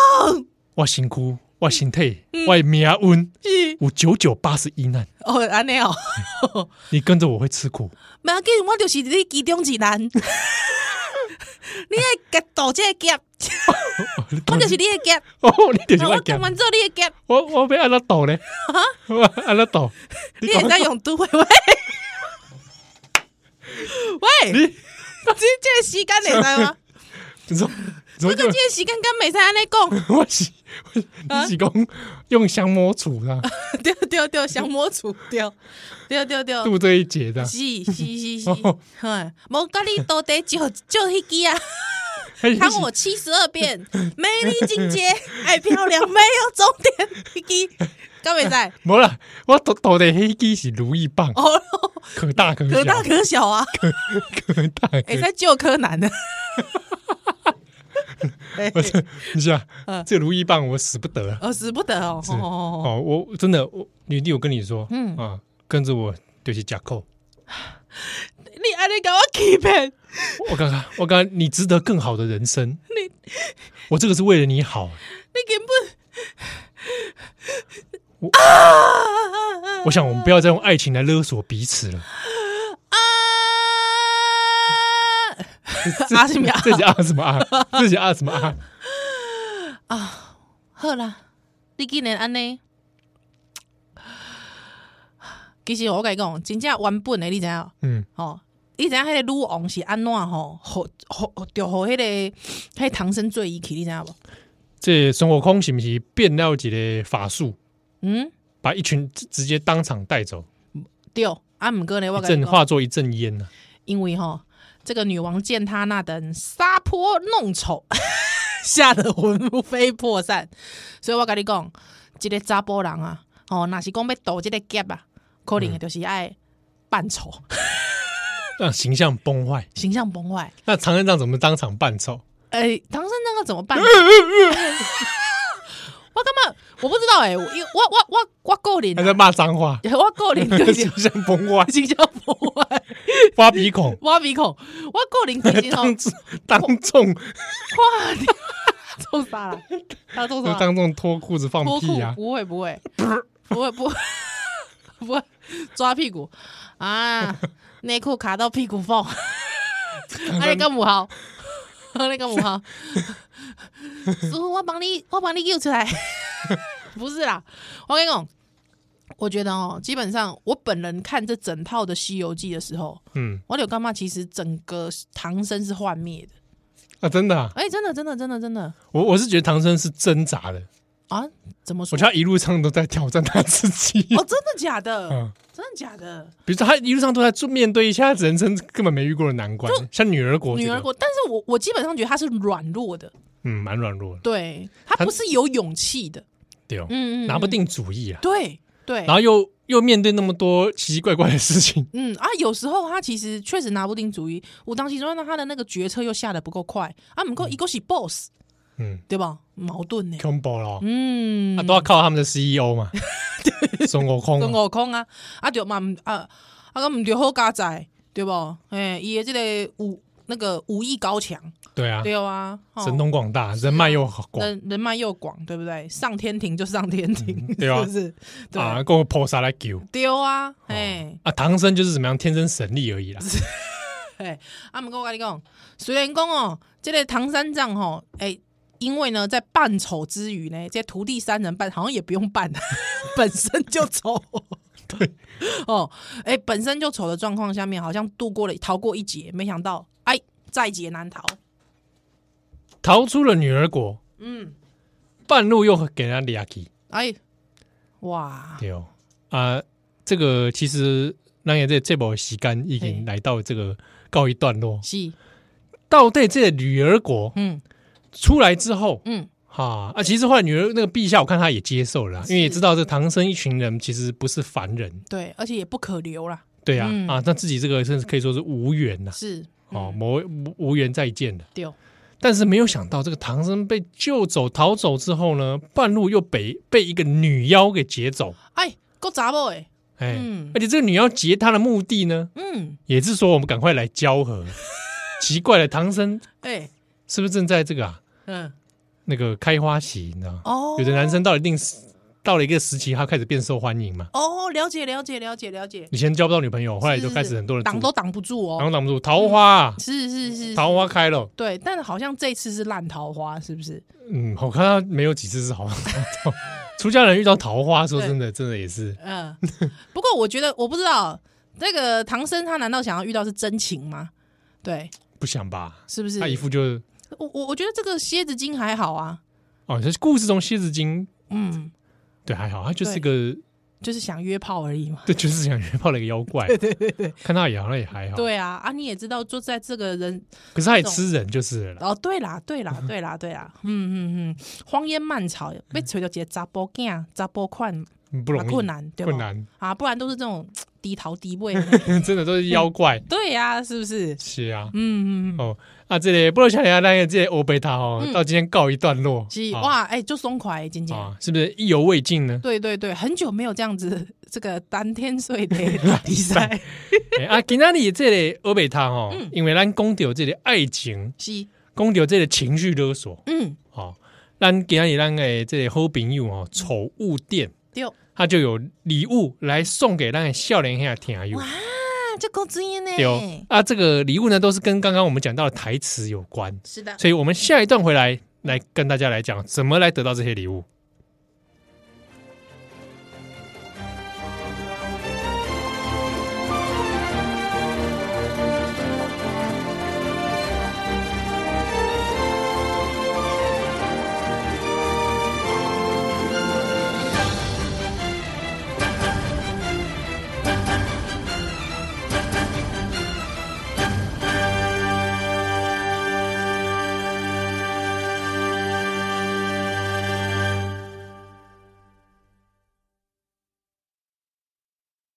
[SPEAKER 1] 我身
[SPEAKER 4] 嗯
[SPEAKER 1] 躯，我身体，我的命运，
[SPEAKER 4] 是
[SPEAKER 1] 有九九八十一难。
[SPEAKER 4] 哦，安尼哦，
[SPEAKER 1] 你跟着我会吃
[SPEAKER 4] (laughs)
[SPEAKER 1] 苦。
[SPEAKER 4] 不要紧，
[SPEAKER 2] (laughs)
[SPEAKER 4] 我就是你其中一人。
[SPEAKER 2] 你爱夹到这个夹，
[SPEAKER 4] 我就是你的夹，
[SPEAKER 1] (laughs) 哦，你就是
[SPEAKER 4] 那我
[SPEAKER 1] 我
[SPEAKER 4] 讲
[SPEAKER 1] 讲，
[SPEAKER 4] 完做你的夹，
[SPEAKER 1] 我我被安拉倒
[SPEAKER 4] (laughs)
[SPEAKER 1] 咧，我安拉倒，
[SPEAKER 4] 你也在用都会喂喂，
[SPEAKER 1] 你
[SPEAKER 4] 这这个时间你知
[SPEAKER 1] (laughs)
[SPEAKER 4] 道吗？
[SPEAKER 1] 你
[SPEAKER 4] (laughs)
[SPEAKER 1] 说你说
[SPEAKER 4] 这个这个时间敢袂使安尼讲，
[SPEAKER 1] (laughs) 我是我是
[SPEAKER 4] 啊
[SPEAKER 1] 你是讲用香摸杵啦，
[SPEAKER 4] (laughs) 对对对，降魔除掉，对对对，
[SPEAKER 1] 度这一节的，
[SPEAKER 4] 哦是是是是
[SPEAKER 1] 哦，
[SPEAKER 4] 哼，无甲你到底就就迄支啊， (laughs)
[SPEAKER 1] 还哎是
[SPEAKER 4] 喊我七十二变，美丽境界，爱漂亮，没有终点，迄支敢袂使？
[SPEAKER 1] 没啦，我倒倒的黑鸡是如意棒，
[SPEAKER 4] 哦，
[SPEAKER 1] 可大可小，
[SPEAKER 4] 可大可小哎啊，
[SPEAKER 1] 可大可
[SPEAKER 4] 会使救柯南的。哎
[SPEAKER 1] 我是你知道
[SPEAKER 4] 嗯，
[SPEAKER 1] 这如意棒我使不得啊！
[SPEAKER 4] 哦，使不得哦，
[SPEAKER 1] 是
[SPEAKER 4] 哦哦哦
[SPEAKER 1] 哦，我真的，我女弟，我跟你说，
[SPEAKER 4] 嗯
[SPEAKER 1] 啊，跟着我就是假扣。
[SPEAKER 4] 你安尼甲我欺骗，
[SPEAKER 1] 我刚刚，我刚刚，你值得更好的人生。
[SPEAKER 4] (laughs) 你
[SPEAKER 1] (laughs) 我这个是为了你好，
[SPEAKER 4] 你根本
[SPEAKER 1] 我想我们不要再用爱情来勒索彼此
[SPEAKER 4] (laughs)
[SPEAKER 1] 了。
[SPEAKER 4] 啊 (laughs) 啊什么啊
[SPEAKER 1] 这是啊什么啊？ (laughs) 这是啊什么啊？
[SPEAKER 4] 啊！
[SPEAKER 2] 好啦，你竟然安尼，
[SPEAKER 4] 其实我甲你讲，真正原本的你知影
[SPEAKER 1] 嗯，
[SPEAKER 4] 哦，你知影迄个女王是安怎吼？互互就互迄个迄个唐僧追伊去，你知影无？
[SPEAKER 1] 这孙悟空是不是变了几个法术，
[SPEAKER 4] 嗯，
[SPEAKER 1] 把一群直直接当场带走，
[SPEAKER 4] 对。啊，毋过呢，我
[SPEAKER 1] 一
[SPEAKER 4] 甲你
[SPEAKER 1] 阵
[SPEAKER 4] 讲，
[SPEAKER 1] 化作一阵烟啊呢？
[SPEAKER 4] 因为吼，这个女王见他那等撒泼弄丑， (laughs) 吓得魂飞魄散。所以我甲你讲，即、个查甫人啊，吼，若是讲要渡即个劫啊，可能就是爱扮丑，
[SPEAKER 1] 让形象崩坏。
[SPEAKER 4] 形象崩坏。
[SPEAKER 1] 那常院长怎么当场扮丑？
[SPEAKER 4] 哎、唐僧那个怎么 (laughs) 办？我干嘛？我不知道哎、我因为我我我我够灵、
[SPEAKER 1] 还在
[SPEAKER 4] 啊，，
[SPEAKER 1] 骂脏话
[SPEAKER 4] (laughs) 我够灵就是
[SPEAKER 1] (laughs)
[SPEAKER 4] (laughs)
[SPEAKER 1] 形象崩坏，
[SPEAKER 4] 新加坡话，
[SPEAKER 1] 挖鼻孔。
[SPEAKER 4] 挖鼻孔，我够灵就 (laughs) 是吼
[SPEAKER 1] 当，众当众
[SPEAKER 4] 哦哇，你 (laughs) 臭啥了？他
[SPEAKER 1] (laughs)
[SPEAKER 4] 臭啥啦？
[SPEAKER 1] 当众脱裤子放
[SPEAKER 4] 脱
[SPEAKER 1] 屁
[SPEAKER 4] 裤
[SPEAKER 1] 呀、啊！
[SPEAKER 4] 不会不
[SPEAKER 1] (laughs)
[SPEAKER 4] 会不会不会 (laughs) 不会抓屁股
[SPEAKER 1] (laughs)
[SPEAKER 4] 啊，内裤卡到屁股缝，啊你干五号， (laughs) 啊你干五号， (laughs) 师傅我帮你我帮你救出来， (laughs) 不是啦，我跟你讲。我觉得哦，基本上我本人看这整套的《西游记》的时候，
[SPEAKER 1] 嗯
[SPEAKER 4] 我有干嘛？其实整个唐僧是幻灭的。
[SPEAKER 1] 啊，真的、啊，
[SPEAKER 4] 哎、真的，真的，真的，真的
[SPEAKER 1] 我我是觉得唐僧是挣扎的，
[SPEAKER 4] 啊！怎么
[SPEAKER 1] 我
[SPEAKER 4] 说？
[SPEAKER 1] 觉得他一路上都在挑战他自己。
[SPEAKER 4] 哦，真的假的？
[SPEAKER 1] 嗯，
[SPEAKER 4] 真的假的？
[SPEAKER 1] (laughs) 比如说他一路上都在做面对一下人生根本没遇过的难关，像女儿国、这
[SPEAKER 4] 女
[SPEAKER 1] 个
[SPEAKER 4] 儿国，但是我我基本上觉得她是软弱的，
[SPEAKER 1] 嗯，蛮软弱的，
[SPEAKER 4] 对，她
[SPEAKER 1] 她
[SPEAKER 4] 不是有勇气的，
[SPEAKER 1] 对哦，
[SPEAKER 4] 嗯嗯，
[SPEAKER 1] 拿不
[SPEAKER 4] 嗯，
[SPEAKER 1] 定主意啊，
[SPEAKER 4] 对对
[SPEAKER 1] 然，后又又面对那么多奇奇怪怪的事情，
[SPEAKER 4] 嗯啊，有时候她其实确实拿不定主意，我当时说那她的那个决策又下的不够快，啊，不过一个是 boss
[SPEAKER 1] 嗯
[SPEAKER 4] 对吧？矛盾呢，
[SPEAKER 1] ，combo 咯，
[SPEAKER 4] 嗯
[SPEAKER 1] 那、，都要靠他们的 CEO
[SPEAKER 4] (laughs)
[SPEAKER 1] 嘛，孙悟啊空
[SPEAKER 4] 孙
[SPEAKER 1] 啊、
[SPEAKER 4] 悟空啊，啊对嘛唔啊啊个唔对好家仔对不？哎，伊的这个武那个武艺高强，
[SPEAKER 1] 对啊，
[SPEAKER 4] 对啊，哦嗯
[SPEAKER 1] 神通广大，人脉又好广
[SPEAKER 4] 人人脉又广，对不对？上天庭就上天庭，
[SPEAKER 1] 对啊
[SPEAKER 4] (laughs) 是不是？对
[SPEAKER 1] 啊，够菩萨来救。
[SPEAKER 4] 丢啊，哎
[SPEAKER 1] 啊，唐僧就是怎么样，天生神力而已啦。
[SPEAKER 4] 哎，啊，毋过我甲你讲，虽然讲哦，即、个唐三藏吼，哎、因为呢，在扮丑之余呢，这徒弟三人扮好像也不用扮， (laughs) 本身就丑。
[SPEAKER 1] 对，
[SPEAKER 4] (laughs) 哦，哎、本身就丑的状况下面，好像度过了逃过一劫，没想到哎，在劫难逃。
[SPEAKER 1] 逃出了女儿国，
[SPEAKER 4] 嗯，
[SPEAKER 1] 半路又给人家俩去，
[SPEAKER 4] 哎，哇，
[SPEAKER 1] 对哦啊，这个其实那也这这波时间已经来到这个告一段落。
[SPEAKER 4] 是，
[SPEAKER 1] 到对这个女儿国
[SPEAKER 4] 嗯
[SPEAKER 1] 出来之后，
[SPEAKER 4] 嗯，
[SPEAKER 1] 哈啊，其实后来女儿那个陛下，我看他也接受了啦，啊因为也知道这唐僧一群人其实不是凡人，
[SPEAKER 4] 对，而且也不可留啦，
[SPEAKER 1] 对啊、
[SPEAKER 4] 嗯
[SPEAKER 1] 啊，那自己这个甚至可以说是无缘呐、
[SPEAKER 4] 是，
[SPEAKER 1] 哦，无无无缘再见的。
[SPEAKER 4] 丢，
[SPEAKER 1] 但是没有想到，这个唐僧被救走、逃走之后呢，半路又被被一个女妖给劫走。
[SPEAKER 4] 哎，够杂某诶，
[SPEAKER 1] 哎，
[SPEAKER 4] 嗯
[SPEAKER 1] 而且这个女妖劫他的目的呢，
[SPEAKER 4] 嗯，
[SPEAKER 1] 也是说我们赶快来交
[SPEAKER 4] (laughs)
[SPEAKER 1] 合。奇怪了，唐僧
[SPEAKER 4] 哎、
[SPEAKER 1] 是不是正在这个啊
[SPEAKER 4] 嗯，
[SPEAKER 1] 那个开花期？你知道吗？
[SPEAKER 4] 哦，
[SPEAKER 1] 有的男生到一定到了一个时期，他开始变受欢迎嘛。
[SPEAKER 4] 哦，了解了解了解了解，
[SPEAKER 1] 以前交不到女朋友，后来
[SPEAKER 4] 是
[SPEAKER 1] 就是开始很多人
[SPEAKER 4] 挡
[SPEAKER 1] 主
[SPEAKER 4] 都挡不住
[SPEAKER 1] 挡
[SPEAKER 4] 哦，
[SPEAKER 1] 都挡不住，桃花啊，
[SPEAKER 4] 是是是，
[SPEAKER 1] 桃花开了，
[SPEAKER 4] 对，但好像这次是烂桃花，是不是？
[SPEAKER 1] 嗯，我看他没有几次是好。出家人遇到桃花，说
[SPEAKER 4] 对
[SPEAKER 1] 真的，真的也是
[SPEAKER 4] 嗯， (laughs) 不过我觉得我不知道这个唐僧他难道想要遇到是真情吗？对，
[SPEAKER 1] 不想吧？
[SPEAKER 4] 是不是？
[SPEAKER 1] 他一副就是
[SPEAKER 4] 我我我觉得这个蝎子精还好啊，
[SPEAKER 1] 哦，这故事中蝎子精
[SPEAKER 4] 嗯，
[SPEAKER 1] 对还好，他就是
[SPEAKER 4] 对
[SPEAKER 1] 个
[SPEAKER 4] 就是想约炮而已嘛。
[SPEAKER 1] (laughs) 对，就是想约炮的一个妖怪。对对对对，看他也好像也还好。，
[SPEAKER 4] (laughs) 对啊，啊，你也知道，就在这个人
[SPEAKER 1] 可是他也吃人就是了啦。
[SPEAKER 4] 哦，对啦，对啦，对啦，对啦，嗯嗯嗯，荒烟蔓草被吹到个杂波囝、杂波款，
[SPEAKER 1] 嗯不容易，
[SPEAKER 4] 啊困难对吧
[SPEAKER 1] 困难， (laughs)
[SPEAKER 4] 啊，不然都是这种低头低位的。
[SPEAKER 1] 真的都是妖怪。
[SPEAKER 4] 对呀、是不是？
[SPEAKER 1] 是啊，
[SPEAKER 4] 嗯嗯嗯，
[SPEAKER 1] 哦啊，这里不如想聊那个这些欧贝塔哦
[SPEAKER 4] 嗯，
[SPEAKER 1] 到今天告一段落。
[SPEAKER 4] 是
[SPEAKER 1] 啊
[SPEAKER 4] 哇，哎、就松快，今天。？
[SPEAKER 1] 啊，是不是意犹未尽呢
[SPEAKER 4] (laughs) 对对对，很久没有这样子这个单天
[SPEAKER 1] (laughs)
[SPEAKER 4] 睡的比赛，
[SPEAKER 1] 哎啊，今天里这里欧贝塔哦，
[SPEAKER 4] 嗯
[SPEAKER 1] 因为咱讲到这里爱情，
[SPEAKER 4] 是
[SPEAKER 1] 讲到这里情绪勒索
[SPEAKER 4] 嗯
[SPEAKER 1] 哦，咱今天咱的这里好朋友哦，宠物店。
[SPEAKER 4] 对啊，
[SPEAKER 1] 他就有礼物来送给咱的少年兄听友，
[SPEAKER 2] 这够专业呢。
[SPEAKER 1] 对哦啊，这个礼物呢都是跟刚刚我们讲到的台词有关，
[SPEAKER 4] 是的，
[SPEAKER 1] 所以我们下一段回来来跟大家来讲怎么来得到这些礼物。